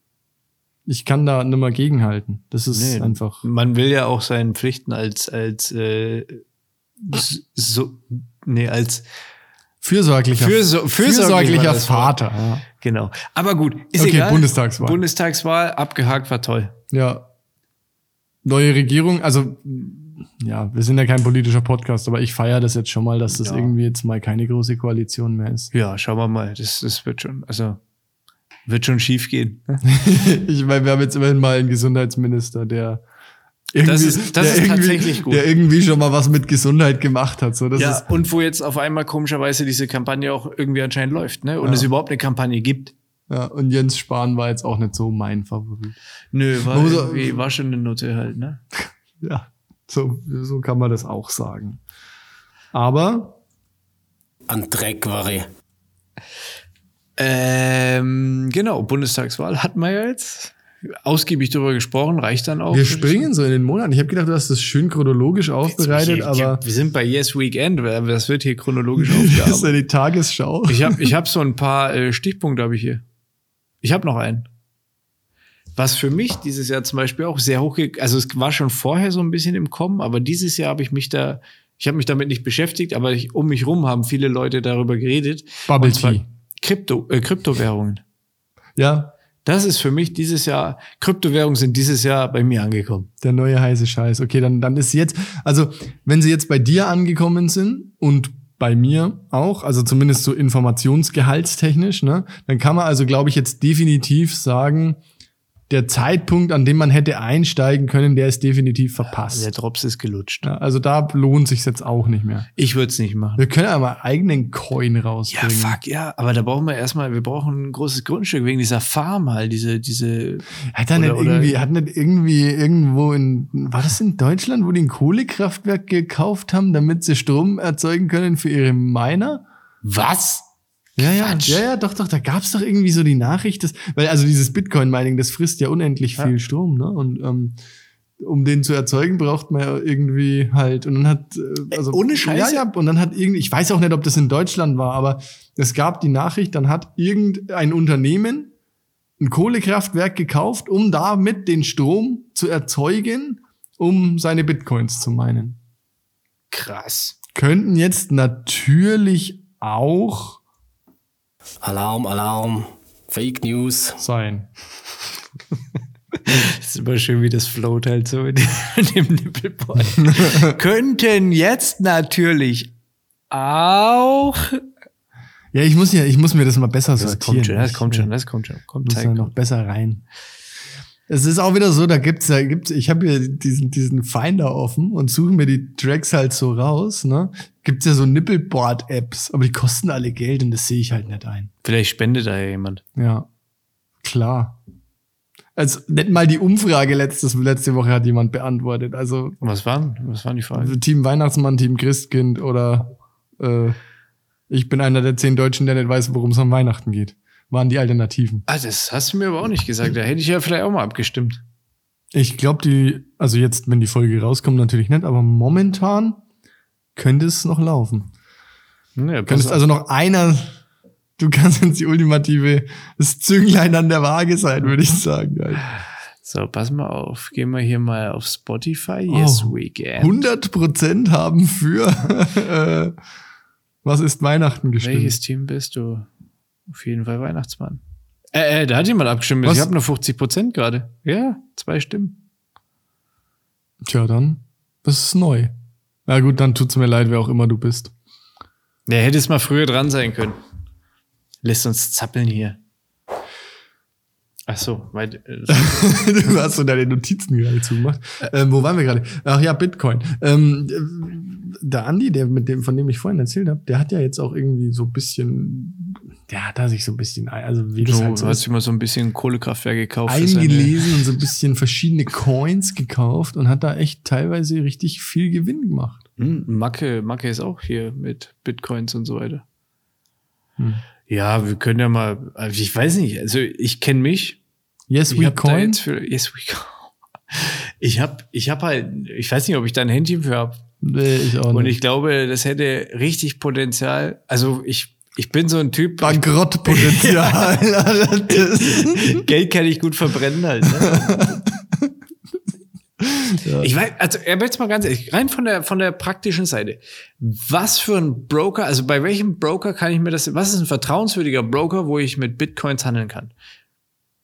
S1: ich kann da nimmer gegenhalten. Das ist
S2: Nee.
S1: einfach.
S2: Man will ja auch seinen Pflichten als, als, äh, s- so, nee, als
S1: Fürsorglicher,
S2: Fürsor- fürsorglicher
S1: fürsorglicher
S2: war das Wort.
S1: Vater. Ja.
S2: Genau. Aber gut, ist
S1: Okay,
S2: egal.
S1: Bundestagswahl.
S2: Bundestagswahl, abgehakt war toll.
S1: ja. Neue Regierung, also ja, wir sind ja kein politischer Podcast, aber ich feiere das jetzt schon mal, dass das
S2: Ja.
S1: irgendwie jetzt mal keine große Koalition mehr ist.
S2: Ja, schauen wir mal. Das, das wird schon, also wird schon schief gehen.
S1: *laughs* Ich meine, wir haben jetzt immerhin mal einen Gesundheitsminister, der irgendwie,
S2: Das ist- das
S1: der
S2: ist
S1: irgendwie,
S2: tatsächlich gut.
S1: der irgendwie schon mal was mit Gesundheit gemacht hat. So, das
S2: ja,
S1: ist
S2: und wo jetzt auf einmal komischerweise diese Kampagne auch irgendwie anscheinend läuft, ne? Und
S1: Ja.
S2: es überhaupt eine Kampagne gibt.
S1: Ja, und Jens Spahn war jetzt auch nicht so mein Favorit.
S2: Nö, war,
S1: Man muss-
S2: irgendwie, war schon eine Note halt, ne?
S1: Ja, so, so kann man das auch sagen. Aber
S3: An Dreck war ich.
S2: Ähm, genau, Bundestagswahl hatten wir ja jetzt. Ausgiebig drüber gesprochen, reicht dann auch.
S1: wir springen so in den Monat. Ich habe gedacht, du hast das schön chronologisch aufbereitet,
S2: ich,
S1: aber
S2: Wir sind bei Yes Weekend, weil das wird hier chronologisch
S1: das ist
S2: aufgearbeitet.
S1: ja die Tagesschau.
S2: Ich habe ich hab so ein paar äh, Stichpunkte habe ich hier. Ich habe noch einen. Was für mich dieses Jahr zum Beispiel auch sehr hoch, also es war schon vorher so ein bisschen im Kommen, aber dieses Jahr habe ich mich da, ich habe mich damit nicht beschäftigt, aber ich, um mich rum haben viele Leute darüber geredet.
S1: Bubble
S2: Und zwar
S1: Tea.
S2: Krypto, äh, Kryptowährungen.
S1: Ja,
S2: Das ist für mich dieses Jahr, Kryptowährungen sind dieses Jahr bei mir angekommen.
S1: der neue heiße Scheiß. Okay, dann, dann ist sie jetzt, also wenn sie jetzt bei dir angekommen sind und bei mir auch, also zumindest so informationsgehaltstechnisch, ne, dann kann man also, glaube ich, jetzt definitiv sagen, der Zeitpunkt, an dem man hätte einsteigen können, der ist definitiv verpasst.
S2: Der Drops ist gelutscht. ne?
S1: Ja, also da lohnt sich jetzt auch nicht mehr.
S2: Ich würde es nicht machen.
S1: Wir können aber einen eigenen Coin rausbringen.
S2: ja, aber da brauchen wir erstmal, wir brauchen ein großes Grundstück wegen dieser Farm halt, diese, diese
S1: Hat er
S2: Oder-
S1: nicht
S2: oder-
S1: irgendwie, hat nicht irgendwie irgendwo in, war das in Deutschland, wo die ein Kohlekraftwerk gekauft haben, damit sie Strom erzeugen können für ihre Miner?
S2: Was?
S1: Ja, ja,
S2: Quatsch.
S1: ja, ja, doch, doch, da gab's doch irgendwie so die Nachricht, dass, weil also dieses Bitcoin-Mining, das frisst ja unendlich
S2: Ja.
S1: viel Strom, ne? Und ähm, um den zu erzeugen, braucht man ja irgendwie halt, und dann hat, äh, also,
S2: Äh, ohne Scheiß?
S1: Ja, ja, und dann hat irgendwie, ich weiß auch nicht, ob das in Deutschland war, aber es gab die Nachricht, dann hat irgendein Unternehmen ein Kohlekraftwerk gekauft, um damit den Strom zu erzeugen, um seine Bitcoins zu meinen
S2: Krass.
S1: könnten jetzt natürlich auch
S3: Alarm, Alarm. Fake News.
S1: sein.
S2: Das ist immer schön, wie das float halt so mit *laughs* dem *laughs* Nippelboy. Könnten jetzt natürlich auch.
S1: Ja, ich muss ja, ich muss mir das mal besser
S2: Das
S1: sortieren.
S2: kommt schon, das
S1: Ich,
S2: kommt
S1: äh,
S2: schon, das kommt schon. Kommt,
S1: Muss
S2: zeig.
S1: da noch besser rein. Es ist auch wieder so, da gibt's, da gibt's, ich habe hier diesen, diesen Finder offen und suche mir die Tracks halt so raus, ne? Gibt's ja so Nippelboard-Apps, aber die kosten alle Geld und das sehe ich halt nicht ein.
S2: Vielleicht spendet da ja jemand.
S1: Ja. Klar. Also, nicht mal die Umfrage letztes, letzte Woche hat jemand beantwortet. Also,
S2: Und Was waren? Was waren die Fragen?
S1: Team Weihnachtsmann, Team Christkind oder äh, ich bin einer der zehn Deutschen, der nicht weiß, worum es an Weihnachten geht. Waren die Alternativen.
S2: Ah, das hast du mir aber auch nicht gesagt. Da hätte ich ja vielleicht auch mal abgestimmt.
S1: Ich glaube, die, also jetzt, wenn die Folge rauskommt, natürlich nicht, aber momentan könnte es noch laufen.
S2: Naja,
S1: Du könntest also noch einer, du kannst jetzt die ultimative, das Zünglein an der Waage sein, würde ich sagen. Alter.
S2: so, pass mal auf. Gehen wir hier mal auf Spotify.
S1: Oh.
S2: Yes, Weekend.
S1: 100% haben für, *laughs* äh, was ist Weihnachten gestimmt.
S2: Welches Team bist du? Auf jeden Fall Weihnachtsmann. Äh, äh da hat jemand abgestimmt.
S1: Was?
S2: Ich habe nur 50 Prozent gerade. Ja, zwei Stimmen.
S1: Tja, dann, das ist neu. Na gut, dann tut's mir leid, wer auch immer du bist.
S2: Der hätte es mal früher dran sein können. Lässt uns zappeln hier. Ach so, weil *laughs* äh,
S1: *laughs* du hast so deine Notizen gerade zugemacht. Ähm, wo waren wir gerade? Ach ja, Bitcoin. Ähm, der Andi, der mit dem, von dem ich vorhin erzählt habe, der hat ja jetzt auch irgendwie so ein bisschen, der hat da sich so ein bisschen, ein- also wie das
S2: so,
S1: halt so
S2: du hast
S1: ist,
S2: immer so ein bisschen Kohlekraftwerk gekauft. für seine-
S1: eingelesen und so ein bisschen verschiedene Coins gekauft und hat da echt teilweise richtig viel Gewinn gemacht.
S2: Hm, Macke, Macke ist auch hier mit Bitcoins und so weiter.
S1: Hm.
S2: Ja, wir können ja mal, also ich weiß nicht, also ich kenne mich.
S1: Yes,
S2: Ich
S1: we
S2: hab da
S1: coin.
S2: jetzt für, yes, we coin. Ich habe ich hab halt, ich weiß nicht, ob ich da ein Händchen für habe.
S1: Nee, ich auch
S2: Und
S1: nicht.
S2: ich glaube, das hätte richtig Potenzial. Also ich ich bin so ein Typ,
S1: *laughs* Bankrottpotenzial. Das-
S2: *laughs* Geld kann ich gut verbrennen halt. Ne? *laughs* Ich weiß, also er jetzt mal ganz ehrlich, rein von der von der praktischen Seite. Was für ein Broker, also bei welchem Broker kann ich mir das, was ist ein vertrauenswürdiger Broker, wo ich mit Bitcoins handeln kann?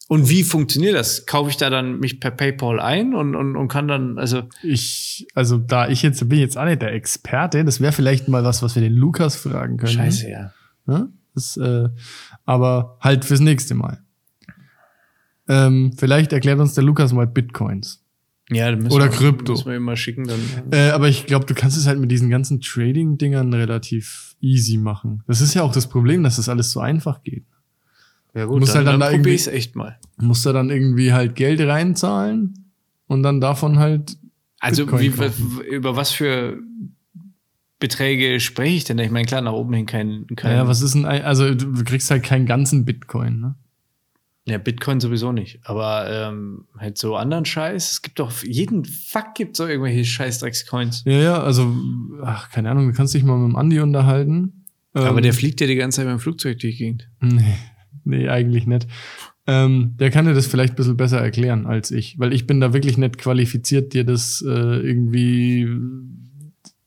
S2: Und wie funktioniert das? Kaufe ich da dann mich per PayPal ein und, und, und kann dann, also
S1: ich, also da ich jetzt bin ich jetzt auch nicht der Experte, das wäre vielleicht mal was, was wir den Lukas fragen können.
S2: Scheiße, ja.
S1: Ne? Das, äh, aber halt fürs nächste Mal. Ähm, vielleicht erklärt uns der Lukas mal Bitcoins.
S2: ja dann müssen
S1: Oder
S2: wir,
S1: Krypto.
S2: Müssen wir ihm mal schicken, dann.
S1: Äh, aber ich glaube, du kannst es halt mit diesen ganzen Trading-Dingern relativ easy machen. Das ist ja auch das Problem, dass das alles so einfach geht.
S2: Ja gut,
S1: Muss
S2: dann,
S1: halt dann
S2: dann,
S1: da
S2: probiere
S1: irgendwie-
S2: ich es echt mal.
S1: Musst du dann irgendwie halt Geld reinzahlen und dann davon halt
S2: Also
S1: Bitcoin
S2: wie,
S1: kaufen.
S2: w- über was für Beträge spreche ich denn? Ich meine, klar, nach oben hin kein, kein
S1: Naja, was ist denn, ein- also du kriegst halt keinen ganzen Bitcoin, ne?
S2: ja, Bitcoin sowieso nicht. Aber ähm, halt so anderen Scheiß. Es gibt doch auf jeden Fuck gibt so irgendwelche Scheißdrecks-Coins.
S1: Ja, ja, also, ach, keine Ahnung, du kannst dich mal mit dem Andi unterhalten.
S2: Aber
S1: Ähm,
S2: der fliegt ja die ganze Zeit mit dem Flugzeug durch die Gegend.
S1: *laughs* Nee, nee eigentlich nicht. Ähm, der kann dir das vielleicht ein bisschen besser erklären als ich, weil ich bin da wirklich nicht qualifiziert, dir das äh, irgendwie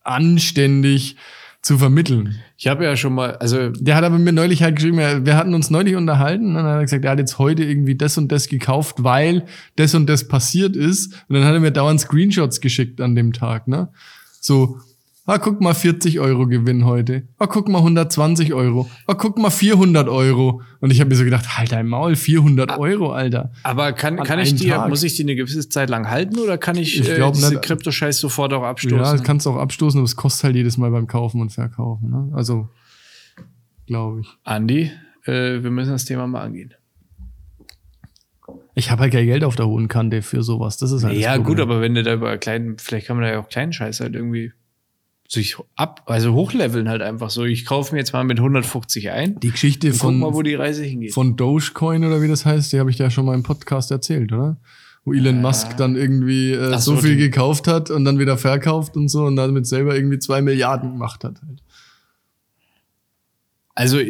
S1: anständig zu vermitteln.
S2: Ich habe ja schon mal, also
S1: Der hat aber mir neulich halt geschrieben, ja, wir hatten uns neulich unterhalten und dann hat er gesagt, er hat jetzt heute irgendwie das und das gekauft, weil das und das passiert ist. Und dann hat er mir dauernd Screenshots geschickt an dem Tag, ne? So, ah, guck mal, 40 Euro Gewinn heute. Ah, guck mal, 120 Euro. Ah, guck mal, 400 Euro. Und ich habe mir so gedacht, halt dein Maul, 400 Euro, Alter.
S2: aber kann,
S1: An
S2: kann ich
S1: einem
S2: die,
S1: Tag.
S2: muss ich die eine gewisse Zeit lang halten oder kann ich, äh,
S1: Ich glaub
S2: diese
S1: nicht.
S2: Krypto-Scheiß sofort auch abstoßen?
S1: Ja, das kannst du auch abstoßen, aber es kostet halt jedes Mal beim Kaufen und Verkaufen, ne? Also, glaube ich.
S2: Andi, äh, wir müssen das Thema mal angehen.
S1: Ich habe halt kein Geld auf der hohen Kante für sowas. Das ist halt das
S2: Ja,
S1: Problem.
S2: gut, aber wenn du da über kleinen, vielleicht kann man da ja auch kleinen Scheiß halt irgendwie sich ab, also hochleveln halt einfach so. Ich kaufe mir jetzt mal mit 150 ein.
S1: die Geschichte
S2: Und guck
S1: von,
S2: mal, wo die Reise hingeht.
S1: von Dogecoin oder wie das heißt, die habe ich ja schon mal im Podcast erzählt, oder? Wo Elon Musk dann irgendwie äh,
S2: Ach
S1: so,
S2: so,
S1: viel
S2: die-
S1: gekauft hat und dann wieder verkauft und so und damit selber irgendwie zwei Milliarden gemacht hat. Halt.
S2: Also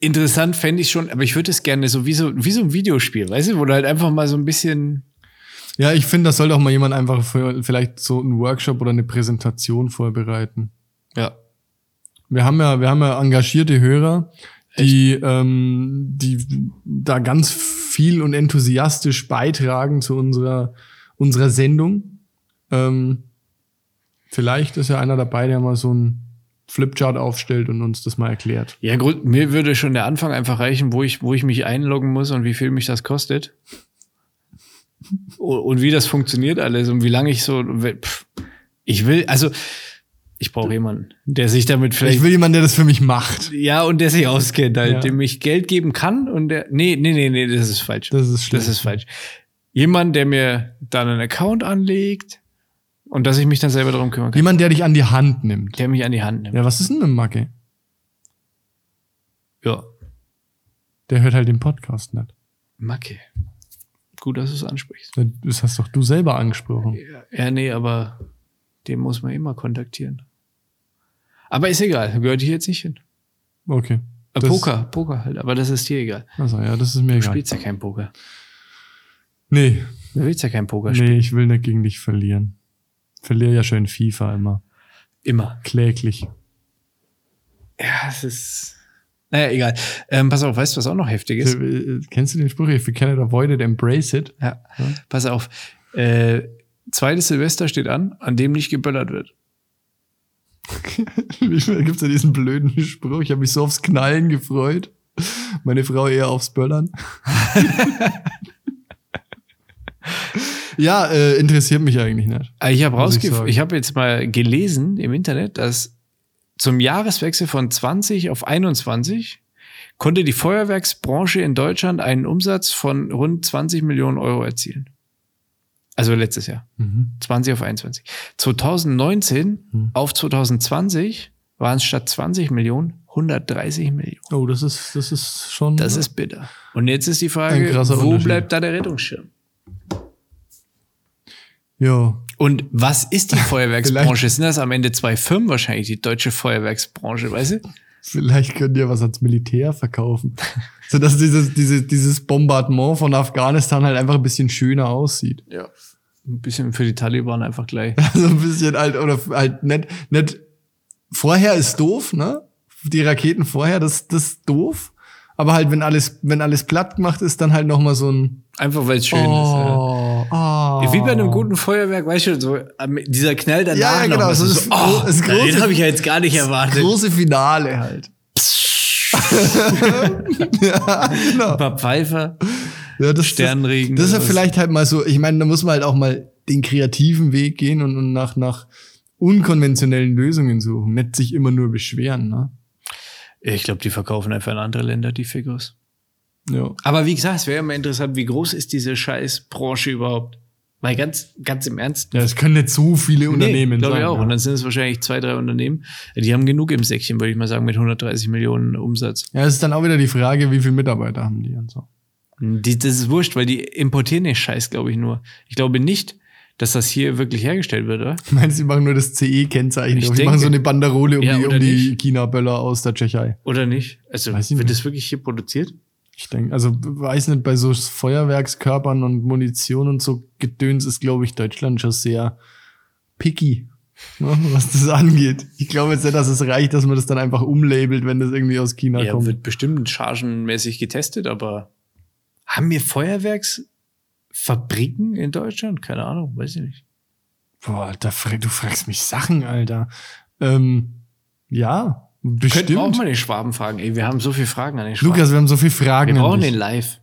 S2: interessant fände ich schon, aber ich würde es gerne so wie, so wie so ein Videospiel, weißt du, wo du halt einfach mal so ein bisschen.
S1: Ja, ich finde, das sollte auch mal jemand einfach für, vielleicht so einen Workshop oder eine Präsentation vorbereiten.
S2: Ja.
S1: Wir haben ja, wir haben ja engagierte Hörer, die, ähm, die da ganz viel und enthusiastisch beitragen zu unserer, unserer Sendung. Ähm, vielleicht ist ja einer dabei, der mal so einen Flipchart aufstellt und uns das mal erklärt.
S2: Ja, gut, mir würde schon der Anfang einfach reichen, wo ich, wo ich mich einloggen muss und wie viel mich das kostet. und, und wie das funktioniert alles und wie lange ich so. Pff, ich will, also ich brauche jemanden, der sich damit vielleicht.
S1: Ich will jemanden, der das für mich macht.
S2: Ja, und der sich auskennt, halt,
S1: Ja.
S2: dem ich Geld geben kann und der. Nee, nee, nee, nee, das ist falsch.
S1: Das ist schlecht.
S2: Das ist falsch. Jemand, der mir dann einen Account anlegt und dass ich mich dann selber darum kümmern kann.
S1: Jemand, der dich an die Hand nimmt.
S2: Der mich an die Hand nimmt.
S1: Ja, was ist denn eine Macke?
S2: Ja.
S1: Der hört halt den Podcast nicht.
S2: Macke. Gut, dass du es ansprichst.
S1: Das hast doch du selber angesprochen.
S2: Ja, ja, nee, aber den muss man immer kontaktieren. Aber ist egal, gehört hier jetzt nicht hin.
S1: Okay.
S2: Äh,
S1: Das-
S2: Poker, Poker halt, aber das ist dir egal.
S1: Also ja, das ist mir
S2: Du
S1: egal.
S2: spielst ja kein Poker.
S1: Nee,
S2: Du willst ja kein Poker spielen.
S1: Nee, ich will nicht gegen dich verlieren. Verliere ja schon in FIFA immer.
S2: Immer.
S1: Kläglich.
S2: Ja, es ist. Naja, egal. Ähm, pass auf, weißt du, was auch noch heftig ist?
S1: Äh, äh, Kennst du den Spruch? If you cannot avoid it, embrace it. *laughs*
S2: Ja. Pass auf. Äh, zweites Silvester steht an, an dem nicht geböllert wird.
S1: Gibt's ja diesen blöden Spruch. Ich habe mich so aufs Knallen gefreut. Meine Frau eher aufs
S2: *laughs*
S1: Böllern. ja, äh, interessiert mich eigentlich nicht.
S2: Äh, Ich habe
S1: Muss ich
S2: rausgef
S1: sagen.
S2: ich habe jetzt mal gelesen im Internet, dass zum Jahreswechsel von 20 auf 21 konnte die Feuerwerksbranche in Deutschland einen Umsatz von rund 20 Millionen Euro erzielen. Also letztes Jahr. 20 auf 21. 2019
S1: Hm.
S2: auf 2020 waren es statt 20 Millionen 130 Millionen.
S1: Oh, das ist, das ist schon.
S2: Das ist bitter. Und jetzt ist die
S1: Ein
S2: Frage,
S1: krasser
S2: wo
S1: Unterschied.
S2: bleibt da der Rettungsschirm?
S1: Ja.
S2: Und
S1: *laughs*
S2: was ist die Feuerwerksbranche? Sind das am Ende zwei Firmen wahrscheinlich, die deutsche Feuerwerksbranche, weißt du?
S1: Vielleicht könnt ihr was ans Militär
S2: *laughs*
S1: verkaufen. Sodass dieses, dieses, dieses Bombardement von Afghanistan halt einfach ein bisschen schöner aussieht. *laughs*
S2: Ja. Ein bisschen für die Taliban einfach gleich.
S1: Also ein bisschen halt, oder halt nicht, nicht, vorher ist doof, ne? Die Raketen vorher, das, das ist doof. Aber halt, wenn alles, wenn alles platt gemacht ist, dann halt nochmal so ein,
S2: Einfach weil es schön
S1: oh, oh.
S2: ist. Ja. Wie bei einem guten Feuerwerk, weißt du, so ähm, dieser Knall danach.
S1: Ja, ja,
S2: noch
S1: genau,
S2: mal,
S1: so
S2: so,
S1: das-
S2: oh,
S1: das große-
S2: den habe ich ja jetzt gar nicht erwartet.
S1: große Finale
S2: *laughs*
S1: halt. ja, genau.
S2: Ein paar Pfeifer.
S1: Ja, das,
S2: Sternregen
S1: Das, das
S2: oder
S1: ist
S2: was?
S1: ja vielleicht halt mal so, ich meine, da muss man halt auch mal den kreativen Weg gehen und, und nach, nach unkonventionellen Lösungen suchen. Nicht sich immer nur beschweren, ne?
S2: Ich glaube, die verkaufen einfach in andere Länder die Figures.
S1: Ja.
S2: Aber wie gesagt, es wäre immer interessant, wie groß ist diese Scheißbranche überhaupt? Weil ganz, ganz im Ernst.
S1: Ja, es können nicht so viele Unternehmen
S2: glaube
S1: sein.
S2: ich auch. ne?
S1: ja.
S2: Und dann sind es wahrscheinlich zwei, drei Unternehmen. Die haben genug im Säckchen, würde ich mal sagen, mit 130 Millionen Umsatz.
S1: Ja, es ist dann auch wieder die Frage, wie viele Mitarbeiter haben die und so. *laughs*
S2: Die, das ist wurscht, weil die importieren den Scheiß, glaube ich, nur. Ich glaube nicht, dass das hier wirklich hergestellt wird, oder?
S1: Meinst du, die machen nur das CE-Kennzeichen?
S2: Ich
S1: Die machen
S2: denke-
S1: so eine Banderole um
S2: Ja,
S1: die,
S2: oder
S1: um die
S2: nicht?
S1: China-Böller aus der Tschechei.
S2: Oder nicht? Also
S1: Weiß ich
S2: wird
S1: nicht.
S2: das wirklich hier produziert?
S1: Ich denke, also weiß nicht, bei so Feuerwerkskörpern und Munition und so Gedöns ist, glaube ich, Deutschland schon sehr picky, ne, was das angeht. Ich glaube jetzt nicht, dass es reicht, dass man das dann einfach umlabelt, wenn das irgendwie aus China
S2: ja,
S1: kommt.
S2: wird bestimmt chargenmäßig getestet, aber haben wir Feuerwerksfabriken in Deutschland? Keine Ahnung, weiß ich nicht.
S1: Boah, Alter, Fre- du fragst mich Sachen, Alter. Ähm, ja,
S2: Könnten wir auch
S1: bestimmt.
S2: mal den Schwaben fragen. Ey, wir haben so viele Fragen an den Schwaben.
S1: Lukas, wir haben so viele Fragen.
S2: wir
S1: an
S2: brauchen
S1: dich.
S2: den live.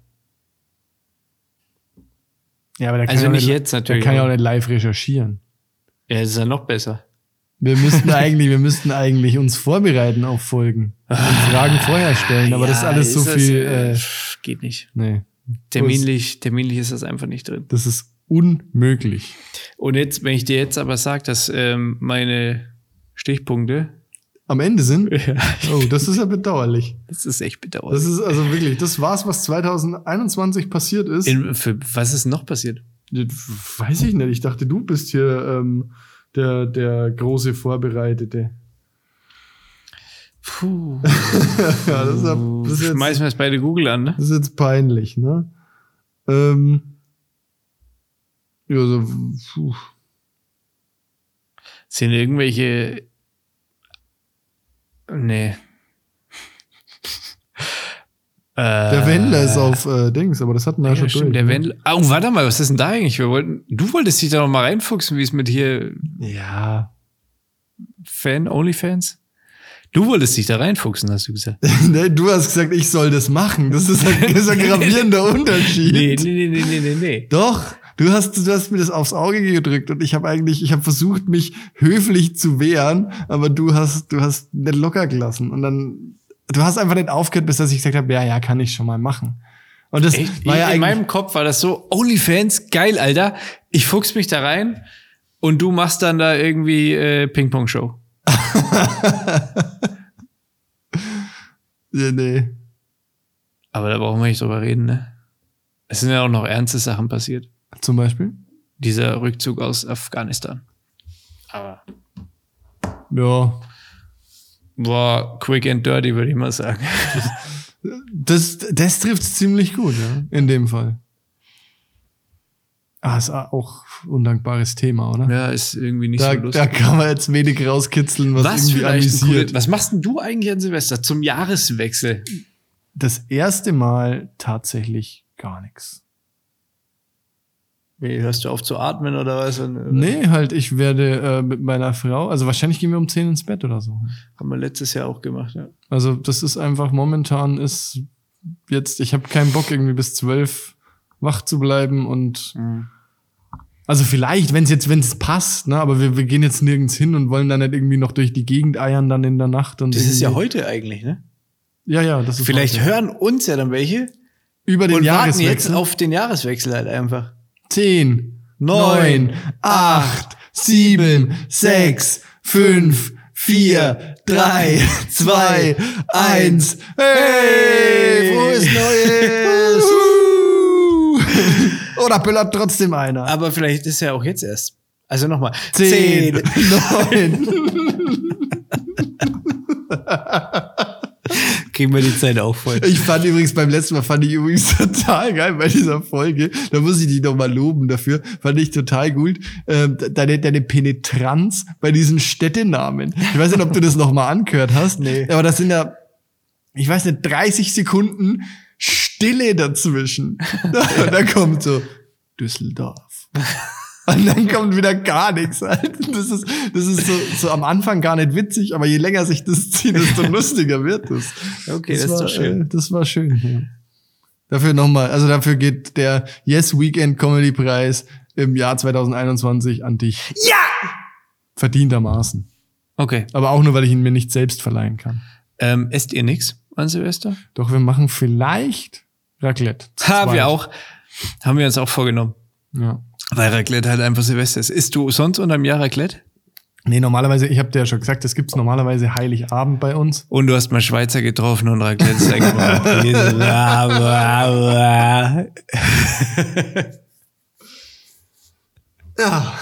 S1: Ja, aber der
S2: Also
S1: ja
S2: nicht jetzt natürlich,
S1: Der kann ja auch
S2: aber-
S1: nicht live recherchieren.
S2: Ja, das ist ja noch besser.
S1: Wir
S2: *laughs*
S1: müssten eigentlich, wir müssten eigentlich uns vorbereiten auf Folgen. Und Fragen vorher stellen, aber das ist
S2: Ja,
S1: alles so
S2: das,
S1: viel.
S2: äh,
S1: äh,
S2: geht nicht.
S1: nee,
S2: Terminlich, terminlich ist das einfach nicht drin.
S1: das ist unmöglich.
S2: Und jetzt, wenn ich dir jetzt aber sage, dass ähm, meine Stichpunkte,
S1: Am Ende sind.
S2: *laughs* das
S1: Oh, das ist ja bedauerlich.
S2: ist echt bedauerlich.
S1: Das ist also wirklich, das war's, was 2021 passiert ist.
S2: In, für, was ist noch passiert?
S1: Weiß ich nicht. Ich dachte, du bist hier ähm, der, der große Vorbereitete. *laughs*
S2: Puh.
S1: Ja, das ist, ja- das ist jetzt
S2: Schmeißen wir es beide Google an, ne?
S1: Das ist jetzt peinlich, ne? Ähm, ja, so, puh.
S2: Sind irgendwelche. Nee.
S1: *laughs* der Wendler ist auf äh, Dings, aber das hatten wir ja,
S2: Ja,
S1: schon
S2: stimmt,
S1: durch.
S2: der
S1: ne?
S2: Wendler. Ah, und warte mal, was ist denn da eigentlich? Wir wollten, du wolltest dich da noch mal reinfuchsen, wie es mit hier
S1: *laughs* Ja,
S2: Fan, Onlyfans? Du wolltest dich da reinfuchsen, hast
S1: *laughs*
S2: du gesagt.
S1: nee, Ne, du hast gesagt, ich soll das machen. Das ist ein, das ist ein
S2: *laughs*
S1: gravierender Unterschied.
S2: Nee, nee, nee, nee, nee, nee, nee.
S1: Doch, du hast, du hast mir das aufs Auge gedrückt und ich habe eigentlich, ich habe versucht, mich höflich zu wehren, aber du hast, du hast nicht locker gelassen und dann, du hast einfach nicht aufgehört, bis dass ich gesagt habe, ja, ja, kann ich schon mal machen. Und das
S2: Echt?
S1: war ja
S2: in
S1: eigentlich,
S2: meinem Kopf war das so, Onlyfans, geil, Alter. Ich fuchs mich da rein und du machst dann da irgendwie äh, Ping-Pong-Show.
S1: nee, nee.
S2: Aber da brauchen wir nicht drüber reden, ne? Es sind ja auch noch ernste Sachen passiert.
S1: Zum Beispiel?
S2: Dieser Rückzug aus Afghanistan. Aber
S1: Ja.
S2: war quick and dirty, würde ich mal sagen. *laughs*
S1: Das, das trifft ziemlich gut, ja, in dem Fall. Ah, ist auch undankbares Thema, oder?
S2: Ja, ist irgendwie nicht
S1: da,
S2: so
S1: da
S2: lustig.
S1: kann man jetzt wenig rauskitzeln, was,
S2: was,
S1: irgendwie
S2: vielleicht ein
S1: amüsiert.
S2: cooles- was machst denn du eigentlich an Silvester zum Jahreswechsel?
S1: Das erste Mal tatsächlich gar nichts.
S2: Wie, hörst du auf zu atmen oder was? Und, äh, oder?
S1: Nee, halt, ich werde äh, mit meiner Frau, also wahrscheinlich gehen wir um 10 ins Bett oder so.
S2: Haben wir letztes Jahr auch gemacht, ja.
S1: Also das ist einfach momentan ist jetzt, ich habe keinen Bock irgendwie bis 12 wach zu bleiben und
S2: Mhm.
S1: Also vielleicht, wenn es jetzt, wenn es passt, ne? Aber wir, wir gehen jetzt nirgends hin und wollen dann nicht irgendwie noch durch die Gegend eiern dann in der Nacht und.
S2: Das ist ja
S1: irgendwie-
S2: heute eigentlich, ne?
S1: Ja, ja, das ist
S2: Vielleicht
S1: heute.
S2: hören uns ja dann welche
S1: über den
S2: und warten jetzt
S1: Jahreswechsel.
S2: auf den Jahreswechsel halt einfach.
S1: Zehn,
S2: Neun,
S1: neun, acht, sieben, sechs, fünf, vier, drei, zwei, eins. Hey, frohes *laughs* Neues! Uhu. Oder böllert trotzdem einer.
S2: Aber vielleicht ist ja auch jetzt erst. Also nochmal.
S1: Zehn, neun.
S2: *laughs* kriegen wir die Zeit auch voll.
S1: Ich fand übrigens beim letzten Mal fand ich übrigens *laughs* total geil bei dieser Folge. Da muss ich dich nochmal loben dafür. Fand ich total gut. Ähm, de- deine, deine Penetranz bei diesen Städtenamen. Ich weiß nicht, ob du das nochmal angehört hast.
S2: Nee.
S1: Aber das sind ja, ich weiß nicht, 30 Sekunden Stille dazwischen. Und dann kommt so Düsseldorf. Und dann kommt wieder gar nichts. Alter. Das ist, das ist so, so am Anfang gar nicht witzig, aber je länger sich das zieht, desto lustiger wird es.
S2: Okay, das ist doch schön.
S1: äh, Das war schön. Ja. Dafür nochmal, also dafür geht der Yes Weekend Comedy Preis im Jahr 2021 an dich. Ja! Verdientermaßen.
S2: Okay.
S1: Aber auch nur, weil ich ihn mir nicht selbst verleihen kann.
S2: Ähm, esst ihr nichts an Silvester?
S1: Doch wir machen vielleicht Raclette. zu
S2: Haben
S1: zweit.
S2: wir auch. Haben wir uns auch vorgenommen.
S1: Ja.
S2: Weil Raclette halt einfach Silvester ist. Isst du sonst unterm Jahr Raclette?
S1: Nee, normalerweise, ich habe dir ja schon gesagt, das gibt's normalerweise Heiligabend bei uns.
S2: Und du hast mal Schweizer getroffen und Raclette ist *laughs* eingefroren. Diese- Bla, bla, bla.
S1: Ja.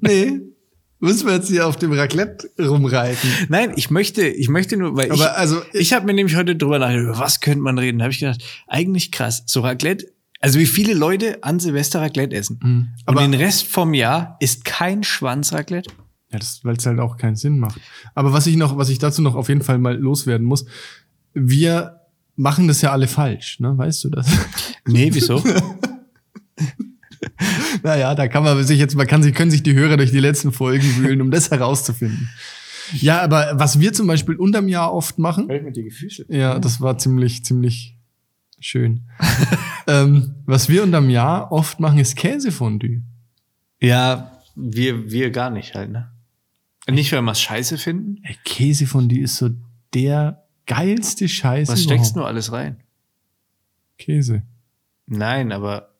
S1: Nee. *laughs* Müssen wir jetzt hier auf dem Raclette rumreiten.
S2: Nein, ich möchte, ich möchte nur, weil
S1: Aber
S2: ich,
S1: also,
S2: ich habe mir nämlich heute drüber nachgedacht, über was könnte man reden? Da habe ich gedacht, eigentlich krass, so Raclette, also wie viele Leute an Silvester Raclette essen.
S1: aber-
S2: und den Rest vom Jahr ist kein Schwanz Raclette.
S1: Ja, das, weil es halt auch keinen Sinn macht. Aber was ich noch, was ich dazu noch auf jeden Fall mal loswerden muss, wir machen das ja alle falsch, ne? Weißt du das? *laughs*
S2: Nee, *laughs* wieso?
S1: naja, da kann man sich jetzt, man kann sich, können sich die Hörer durch die letzten Folgen wühlen, um das herauszufinden. Ja, aber was wir zum Beispiel unterm Jahr oft machen,
S2: ich mit dir gefüßelt.
S1: ja, das war ziemlich, ziemlich schön. *laughs* ähm, was wir unterm Jahr oft machen, ist Käsefondue.
S2: Ja, wir, wir gar nicht halt, ne? Nicht, weil wir es scheiße finden.
S1: Ey, Käsefondue ist so der geilste Scheiß.
S2: Was steckst du
S1: überhaupt.
S2: alles rein?
S1: Käse.
S2: Nein, aber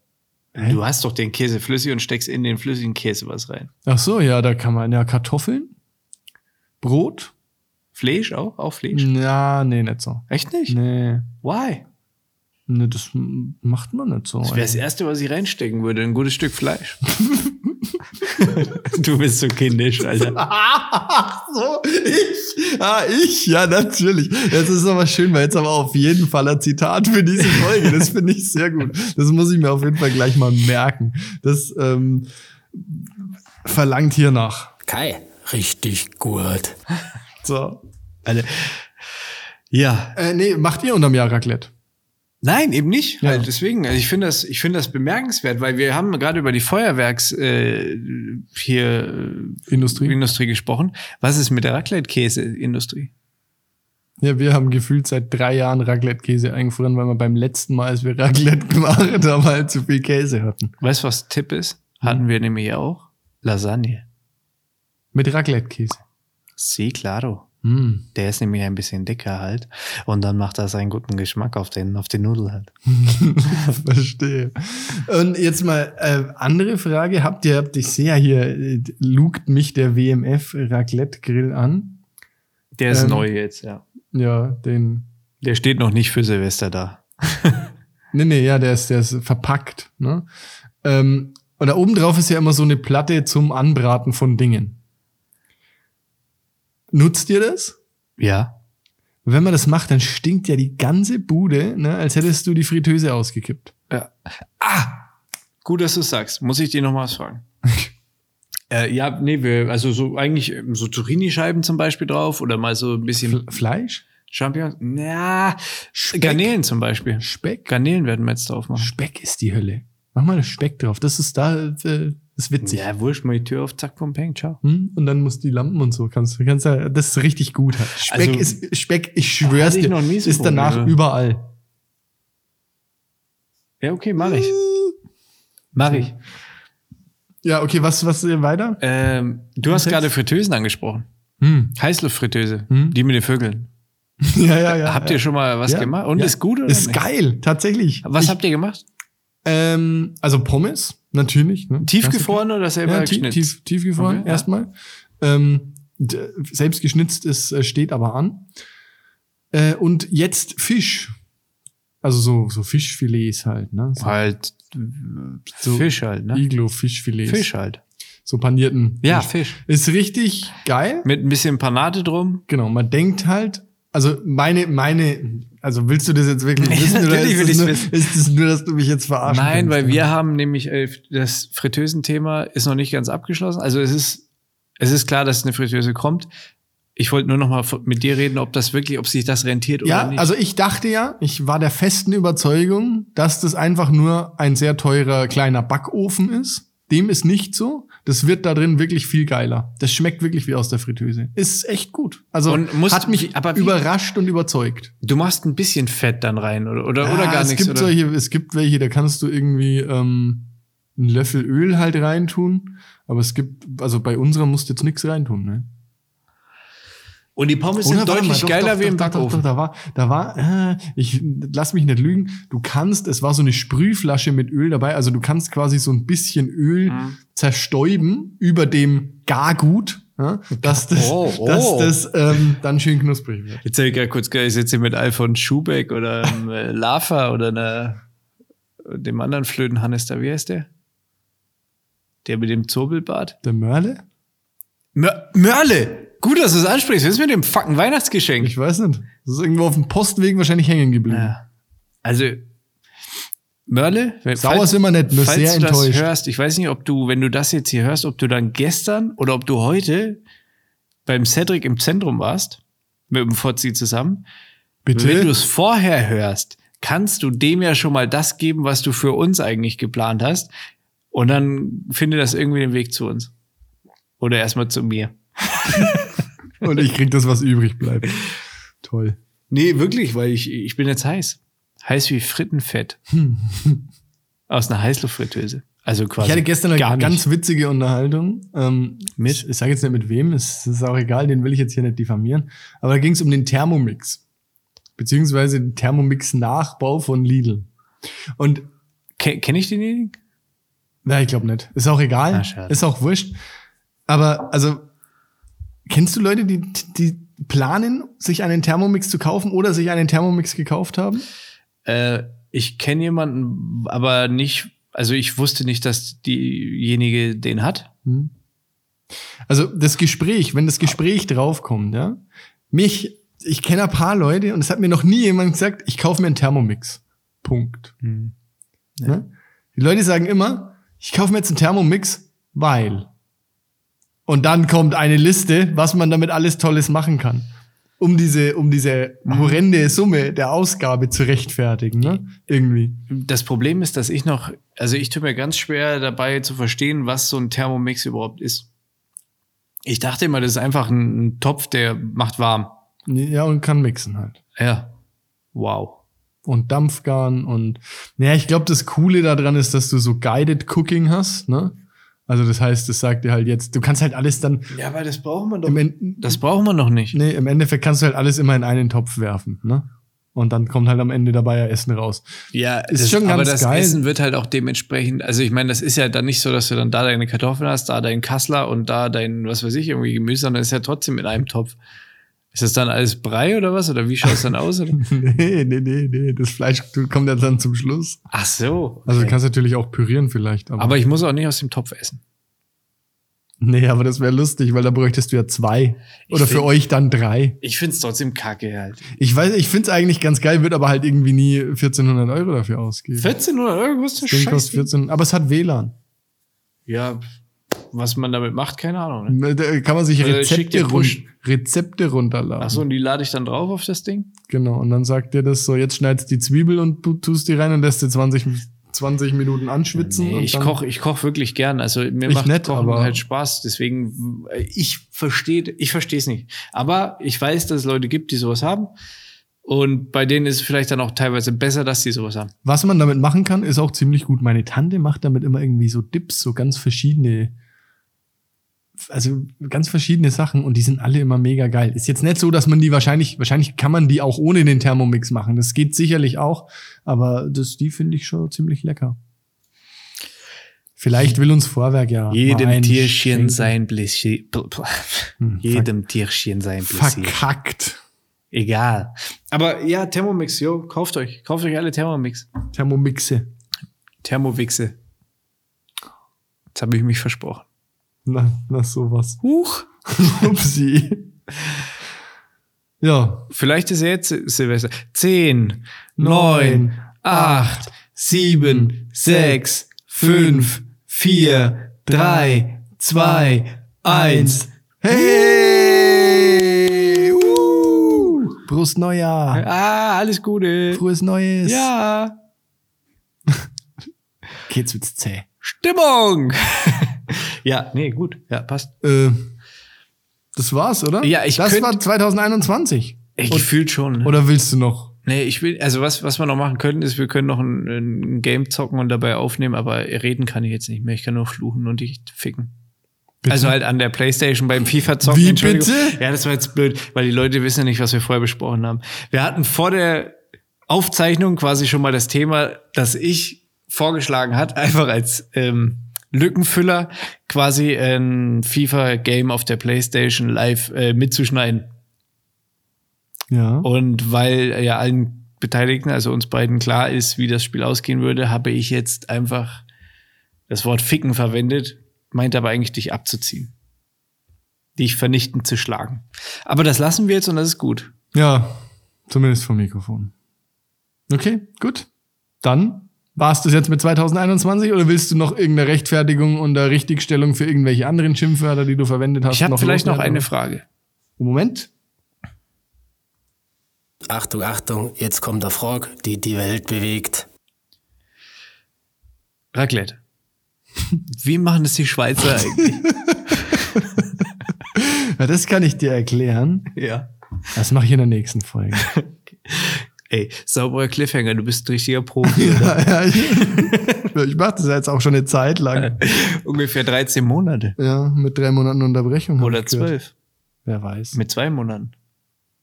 S1: Hä?
S2: du hast doch den Käse flüssig und steckst in den flüssigen Käse was rein.
S1: Ach so, ja, da kann man ja Kartoffeln, Brot.
S2: Fleisch auch? Auch Fleisch?
S1: Ja, nee, nicht so.
S2: Echt nicht?
S1: Nee,
S2: Why?
S1: nee das m- macht man nicht so.
S2: Das wäre das Erste, was ich reinstecken würde. Ein gutes
S1: *laughs*
S2: Stück Fleisch. du bist so
S1: *laughs*
S2: kindisch, Alter.
S1: Ach so, ich, ah, ich, ja, natürlich. Das ist aber schön, weil jetzt aber auf jeden Fall ein Zitat für diese Folge. Das finde ich sehr gut. Das muss ich mir auf jeden Fall gleich mal merken. Das ähm, verlangt hier nach.
S3: Kai, richtig gut.
S1: So.
S2: Alter. Ja.
S1: Äh, nee, macht ihr unterm Jahr Raclette?
S2: Nein, eben nicht.
S1: Ja.
S2: Halt deswegen, also ich finde das, ich finde das bemerkenswert, weil wir haben gerade über die Feuerwerks äh, hier äh,
S1: Industrie?
S2: Industrie gesprochen. Was ist mit der Raclette-Käse-Industrie?
S1: Ja, wir haben gefühlt seit drei Jahren Raclette-Käse eingefroren, weil wir beim letzten Mal, als wir Raclette *laughs* gemacht haben, halt zu viel Käse hatten.
S2: Weißt du, was Tipp ist? Hatten
S1: Hm.
S2: wir nämlich auch Lasagne.
S1: Mit Raclette-Käse.
S2: Sí, claro.
S1: Mm.
S2: Der ist nämlich ein bisschen dicker halt. Und dann macht das einen guten Geschmack auf den, auf den Nudel halt.
S1: *laughs* Verstehe. Und jetzt mal äh, andere Frage. Habt ihr, habt ich sehe ja hier, äh, lugt mich der WMF Raclette Grill an?
S2: Der ist
S1: Ähm.
S2: neu jetzt, ja.
S1: Ja, den.
S2: Der steht noch nicht für Silvester da.
S1: Nee, nee, ja, der ist, der ist verpackt. Ne? Ähm, und da oben drauf ist ja immer so eine Platte zum Anbraten von Dingen. Nutzt ihr das?
S2: Ja.
S1: Wenn man das macht, dann stinkt ja die ganze Bude, ne, als hättest du die Fritteuse ausgekippt.
S2: Gut, dass du sagst. Muss ich dir noch mal was *laughs* fragen? äh, ja, nee, wir, also so eigentlich ähm, so Turini-Scheiben zum Beispiel drauf oder mal so ein bisschen
S1: F Fleisch?
S2: Champignons. Na, Garnelen zum Beispiel.
S1: Speck?
S2: Garnelen werden wir jetzt drauf machen.
S1: Speck ist die Hölle. Mach mal Speck drauf. Das ist da, äh, ist witzig.
S2: Ja, wurscht mal die Tür auf, zack, vom Peng, ciao.
S1: Hm? Und dann musst du die Lampen und so. Kannst, kannst ja, das ist richtig gut. halt. Speck
S2: Also,
S1: ist, Speck, ich schwör's
S2: hatte ich
S1: dir,
S2: noch nie so
S1: ist danach
S2: Probleme.
S1: überall.
S2: Ja, okay, mach ich. Mach ich.
S1: Ja, okay, was, was äh, weiter?
S2: Ähm, du hast
S1: jetzt?
S2: gerade Fritteusen angesprochen.
S1: Hm. *laughs*
S2: Heißluftfritteuse,
S1: Hm?
S2: die mit den Vögeln.
S1: Ja, ja, ja.
S2: Habt ihr schon mal was
S1: Ja.
S2: gemacht? Und
S1: Ja.
S2: ist gut oder
S1: Ist
S2: nicht?
S1: geil, tatsächlich.
S2: Was
S1: ich,
S2: habt ihr gemacht?
S1: ähm, also Pommes, natürlich. Ne?
S2: Tiefgefroren oder selber
S1: Ja, tief,
S2: geschnitzt?
S1: tief, tiefgefroren
S2: Okay, ja.
S1: erstmal. Ähm, d- selbst geschnitzt ist, äh, steht aber an. Äh, und jetzt Fisch. Also so, so Fischfilets halt, ne? So
S2: Halt
S1: So-
S2: Fisch halt, ne?
S1: Iglo-Fischfilets.
S2: Fisch halt.
S1: So panierten.
S2: Ja,
S1: Fisch.
S2: Fisch.
S1: Ist richtig geil.
S2: Mit ein bisschen Panade drum.
S1: Genau, man denkt halt, also meine, meine, also willst du das jetzt
S2: *laughs*
S1: wirklich
S2: Nee,
S1: wissen? Oder ist
S2: natürlich will
S1: das
S2: ich's
S1: nur,
S2: wissen.
S1: Ist das nur, dass du mich jetzt verarschen
S2: Nein,
S1: willst? ne?
S2: weil wir haben nämlich äh, das Fritteusenthema ist noch nicht ganz abgeschlossen. Also es ist es ist klar, dass eine Fritteuse kommt. Ich wollte nur noch mal f- mit dir reden, ob das wirklich, ob sich das rentiert oder
S1: Ja,
S2: nicht.
S1: also ich dachte ja, ich war der festen Überzeugung, dass das einfach nur ein sehr teurer kleiner Backofen ist. Dem ist nicht so. Das wird da drin wirklich viel geiler. Das schmeckt wirklich wie aus der Fritteuse. Ist echt gut. Also
S2: Und musst-
S1: hat mich
S2: wie- aber wie-
S1: überrascht und überzeugt.
S2: du machst ein bisschen Fett dann rein oder oder, oder
S1: Ja,
S2: gar
S1: es
S2: nichts.
S1: Gibt
S2: Oder?
S1: Solche, es gibt welche, da kannst du irgendwie ähm, einen Löffel Öl halt reintun. Aber es gibt, also bei unserer musst du jetzt nichts reintun. Ne?
S2: Und die Pommes
S1: Oder
S2: sind
S1: warte mal,
S2: deutlich
S1: doch,
S2: geiler
S1: doch,
S2: wie
S1: doch,
S2: im
S1: doch, doch,
S2: Backofen.
S1: doch, Da war, da war, äh, ich lass mich nicht lügen. Du kannst, es war so eine Sprühflasche mit Öl dabei, also du kannst quasi so ein bisschen Öl
S2: Mhm.
S1: zerstäuben über dem Gargut, ja, dass das,
S2: Oh, oh.
S1: dass das ähm, dann schön knusprig wird.
S2: Jetzt habe ich gerade kurz gedacht, ich sitze hier mit Alfon Schubeck oder ähm, äh, Lava oder einer, dem anderen Flötenhannes da, wie heißt der? Der mit dem Zurbelbart?
S1: Der Mörle?
S2: Mör Mörle! Gut, dass du es ansprichst. Was ist mit dem fucking Weihnachtsgeschenk?
S1: Ich weiß nicht. Das ist irgendwo auf dem Postweg wahrscheinlich hängen geblieben.
S2: Ja. Also, Mörle, wenn-
S1: Sauer sind wir nicht, nur
S2: falls
S1: sehr
S2: du das
S1: enttäuscht.
S2: hörst, ich weiß nicht, ob du, wenn du das jetzt hier hörst, ob du dann gestern oder ob du heute beim Cedric im Zentrum warst, mit dem Fotzi zusammen. Wenn du
S1: Bitte?
S2: es vorher hörst, kannst du dem ja schon mal das geben, was du für uns eigentlich geplant hast. Und dann finde das irgendwie den Weg zu uns. Oder erstmal zu mir.
S1: Und ich krieg das, was übrig
S2: *laughs*
S1: bleibt. Toll.
S2: Nee, wirklich, weil ich, ich bin jetzt heiß. Heiß wie *laughs* Frittenfett. Aus einer Heißluftfritteuse. Also quasi.
S1: Ich hatte gestern eine
S2: gar
S1: ganz witzige Unterhaltung. Ähm,
S2: Mit?
S1: Ich, ich sage jetzt nicht mit wem, es ist auch egal, den will ich jetzt hier nicht diffamieren. Aber da ging es um den Thermomix. Beziehungsweise den Thermomix-Nachbau von Lidl. Und
S2: Ken, kenn ich denjenigen?
S1: na, ich glaube nicht. Ist auch egal.
S2: Ah, schade.
S1: ist auch wurscht. Aber also, kennst du Leute, die, die planen, sich einen Thermomix zu kaufen oder sich einen Thermomix gekauft haben?
S2: Äh, ich kenne jemanden, aber nicht, also ich wusste nicht, dass diejenige den hat.
S1: Hm. Also das Gespräch, wenn das Gespräch draufkommt, ja, mich, ich kenne ein paar Leute und es hat mir noch nie jemand gesagt, ich kaufe mir einen Thermomix. Punkt. Ne? Die Leute sagen immer, ich kaufe mir jetzt einen Thermomix, weil. Und dann kommt eine Liste, was man damit alles Tolles machen kann. Um diese, um diese horrende Summe der Ausgabe zu rechtfertigen, ne? Irgendwie.
S2: Das Problem ist, dass ich noch, also ich tue mir ganz schwer dabei zu verstehen, was so ein Thermomix überhaupt ist. Ich dachte immer, das ist einfach ein, ein Topf, der macht warm.
S1: Ja, und kann mixen halt.
S2: Ja. Wow.
S1: und Dampfgarn und naja, ich glaube, das Coole daran ist, dass du so Guided Cooking hast, ne? Also das heißt, das sagt dir halt jetzt, du kannst halt alles dann
S2: Ja, aber das braucht man
S1: im, En-
S2: Das braucht man noch nicht.
S1: nee, im Endeffekt kannst du halt alles immer in einen Topf werfen, ne? Und dann kommt halt am Ende dabei ja Essen raus. *laughs*
S2: Ja,
S1: Ist schon ganz
S2: aber das
S1: geil.
S2: Essen wird halt auch dementsprechend, also ich meine, das ist ja dann nicht so, dass du dann da deine Kartoffeln hast, da deinen Kassler und da dein, was weiß ich, irgendwie Gemüse, sondern ist ja trotzdem in einem Topf. Ist das dann alles Brei oder was? Oder wie schaut es
S1: *laughs*
S2: dann aus? Oder?
S1: nee, nee, nee, nee, das Fleisch kommt ja dann zum Schluss.
S2: Ach so.
S1: Also du
S2: okay.
S1: kannst natürlich auch pürieren vielleicht, aber,
S2: aber ich muss auch nicht aus dem Topf essen.
S1: nee, aber das wäre lustig, weil da bräuchtest du ja zwei
S2: Ich
S1: oder für
S2: find-
S1: euch dann drei.
S2: Ich find's trotzdem kacke halt.
S1: Ich weiß, ich find's eigentlich ganz geil, wird aber halt irgendwie nie 1400 Euro dafür ausgeben.
S2: 14 oder irgendwas?
S1: Das Ding kostet 14, aber es hat WLAN.
S2: Ja, was man damit macht, keine Ahnung. Ne?
S1: Da kann man sich
S2: Oder schickt
S1: Rezepte,
S2: dir
S1: run
S2: Push.
S1: Rezepte runterladen.
S2: Ach so, und die lade ich dann drauf auf das Ding?
S1: Genau, und dann sagt dir das so, jetzt schneidest die Zwiebel und du tust die rein und lässt sie 20, 20 Minuten anschwitzen.
S2: Nee,
S1: und
S2: ich
S1: dann-
S2: koche ich koch wirklich gern. Also mir
S1: Ich
S2: macht
S1: nicht,
S2: Kochen
S1: aber-
S2: halt Spaß. Deswegen, äh, ich verstehe ich verstehe es nicht. Aber ich weiß, dass es Leute gibt, die sowas haben. Und bei denen ist es vielleicht dann auch teilweise besser, dass die sowas haben.
S1: Was man damit machen kann, ist auch ziemlich gut. Meine Tante macht damit immer irgendwie so Dips, so ganz verschiedene, also ganz verschiedene Sachen und die sind alle immer mega geil. Ist jetzt nicht so, dass man die wahrscheinlich, wahrscheinlich kann man die auch ohne den Thermomix machen. Das geht sicherlich auch, aber das, die finde ich schon ziemlich lecker. Vielleicht will uns Vorwerk ja. mal einen schenken. *laughs*
S2: Bläschen.
S1: Hm,
S2: Tierchen sein
S1: verk- verkackt.
S2: Egal. Aber ja, Thermomix, jo, kauft euch. Kauft euch alle Thermomix.
S1: Thermomixe.
S2: Thermowichse. Jetzt habe ich mich versprochen.
S1: Na, na sowas.
S2: Huch.
S1: Upsi. Ja.
S2: Vielleicht ist er jetzt Sil- Silvester. Zehn, neun, acht, sieben, sechs, fünf, vier, drei, zwei, eins.
S1: Hey! Uh! Prost Neujahr!
S2: Ah, alles Gute.
S1: Frohes Neues!
S2: Ja.
S1: Geht's wird's zäh.
S2: Stimmung. *laughs* ja, nee, gut. Ja, passt.
S1: Äh, das war's, oder?
S2: Ja, ich
S1: Das
S2: könnt-
S1: war 2021.
S2: Ich gefühlt schon. ne?
S1: Oder willst du noch?
S2: Nee, ich will, also was, was wir noch machen können, ist, wir können noch ein, ein Game zocken und dabei aufnehmen, aber reden kann ich jetzt nicht mehr. Ich kann nur fluchen und dich ficken. Also halt an der Playstation beim FIFA zocken.
S1: Wie
S2: Entschuldigung.
S1: bitte?
S2: Ja, das war jetzt blöd, weil die Leute wissen ja nicht, was wir vorher besprochen haben. Wir hatten vor der Aufzeichnung quasi schon mal das Thema, das ich vorgeschlagen hat, *laughs* einfach als ähm, Lückenfüller quasi ein FIFA-Game auf der Playstation live äh, mitzuschneiden.
S1: Ja.
S2: Und weil ja allen Beteiligten, also uns beiden klar ist, wie das Spiel ausgehen würde, habe ich jetzt einfach das Wort ficken verwendet, meint aber eigentlich dich abzuziehen. Dich vernichtend zu schlagen. Aber das lassen wir jetzt und das ist gut.
S1: Ja, zumindest vom Mikrofon. Okay, gut. Dann warst du jetzt mit 2021 oder willst du noch irgendeine Rechtfertigung und eine Richtigstellung für irgendwelche anderen Schimpfwörter, die du verwendet hast?
S2: Ich habe vielleicht noch
S1: loswerden?
S2: eine Frage.
S1: Moment.
S3: Achtung, Achtung, jetzt kommt der Frog, die die Welt bewegt.
S2: Raclette. *laughs* Wie machen das die Schweizer eigentlich?
S1: Ja, das kann ich dir erklären.
S2: *laughs* ja.
S1: Das mache ich in der nächsten Folge.
S2: Ey, sauberer Cliffhanger, du bist ein richtiger Profi.
S1: *laughs* ja, ja, ich, *laughs* ich mache das jetzt auch schon eine Zeit
S2: *laughs*
S1: lang.
S2: *laughs* Ungefähr 13 Monate.
S1: Ja, mit drei Monaten Unterbrechung. hab
S2: Oder
S1: ich gehört.
S2: zwölf.
S1: Wer weiß.
S2: Mit zwei Monaten.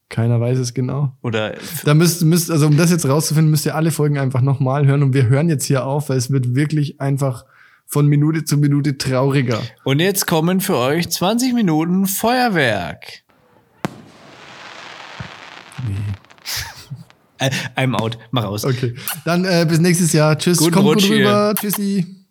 S1: Keiner weiß es genau.
S2: Oder
S1: Da müsst, müsst, also um das jetzt rauszufinden, müsst ihr alle Folgen einfach nochmal hören und wir hören jetzt hier auf, weil es wird wirklich einfach von Minute zu Minute trauriger.
S2: Und jetzt kommen für euch 20 Minuten Feuerwerk. Äh, I'm out. Mach aus.
S1: Okay. Dann äh, bis nächstes Jahr. Tschüss.
S2: Guten
S1: Kommt gut
S2: Rutsch, ihr.
S1: rüber. Tschüssi.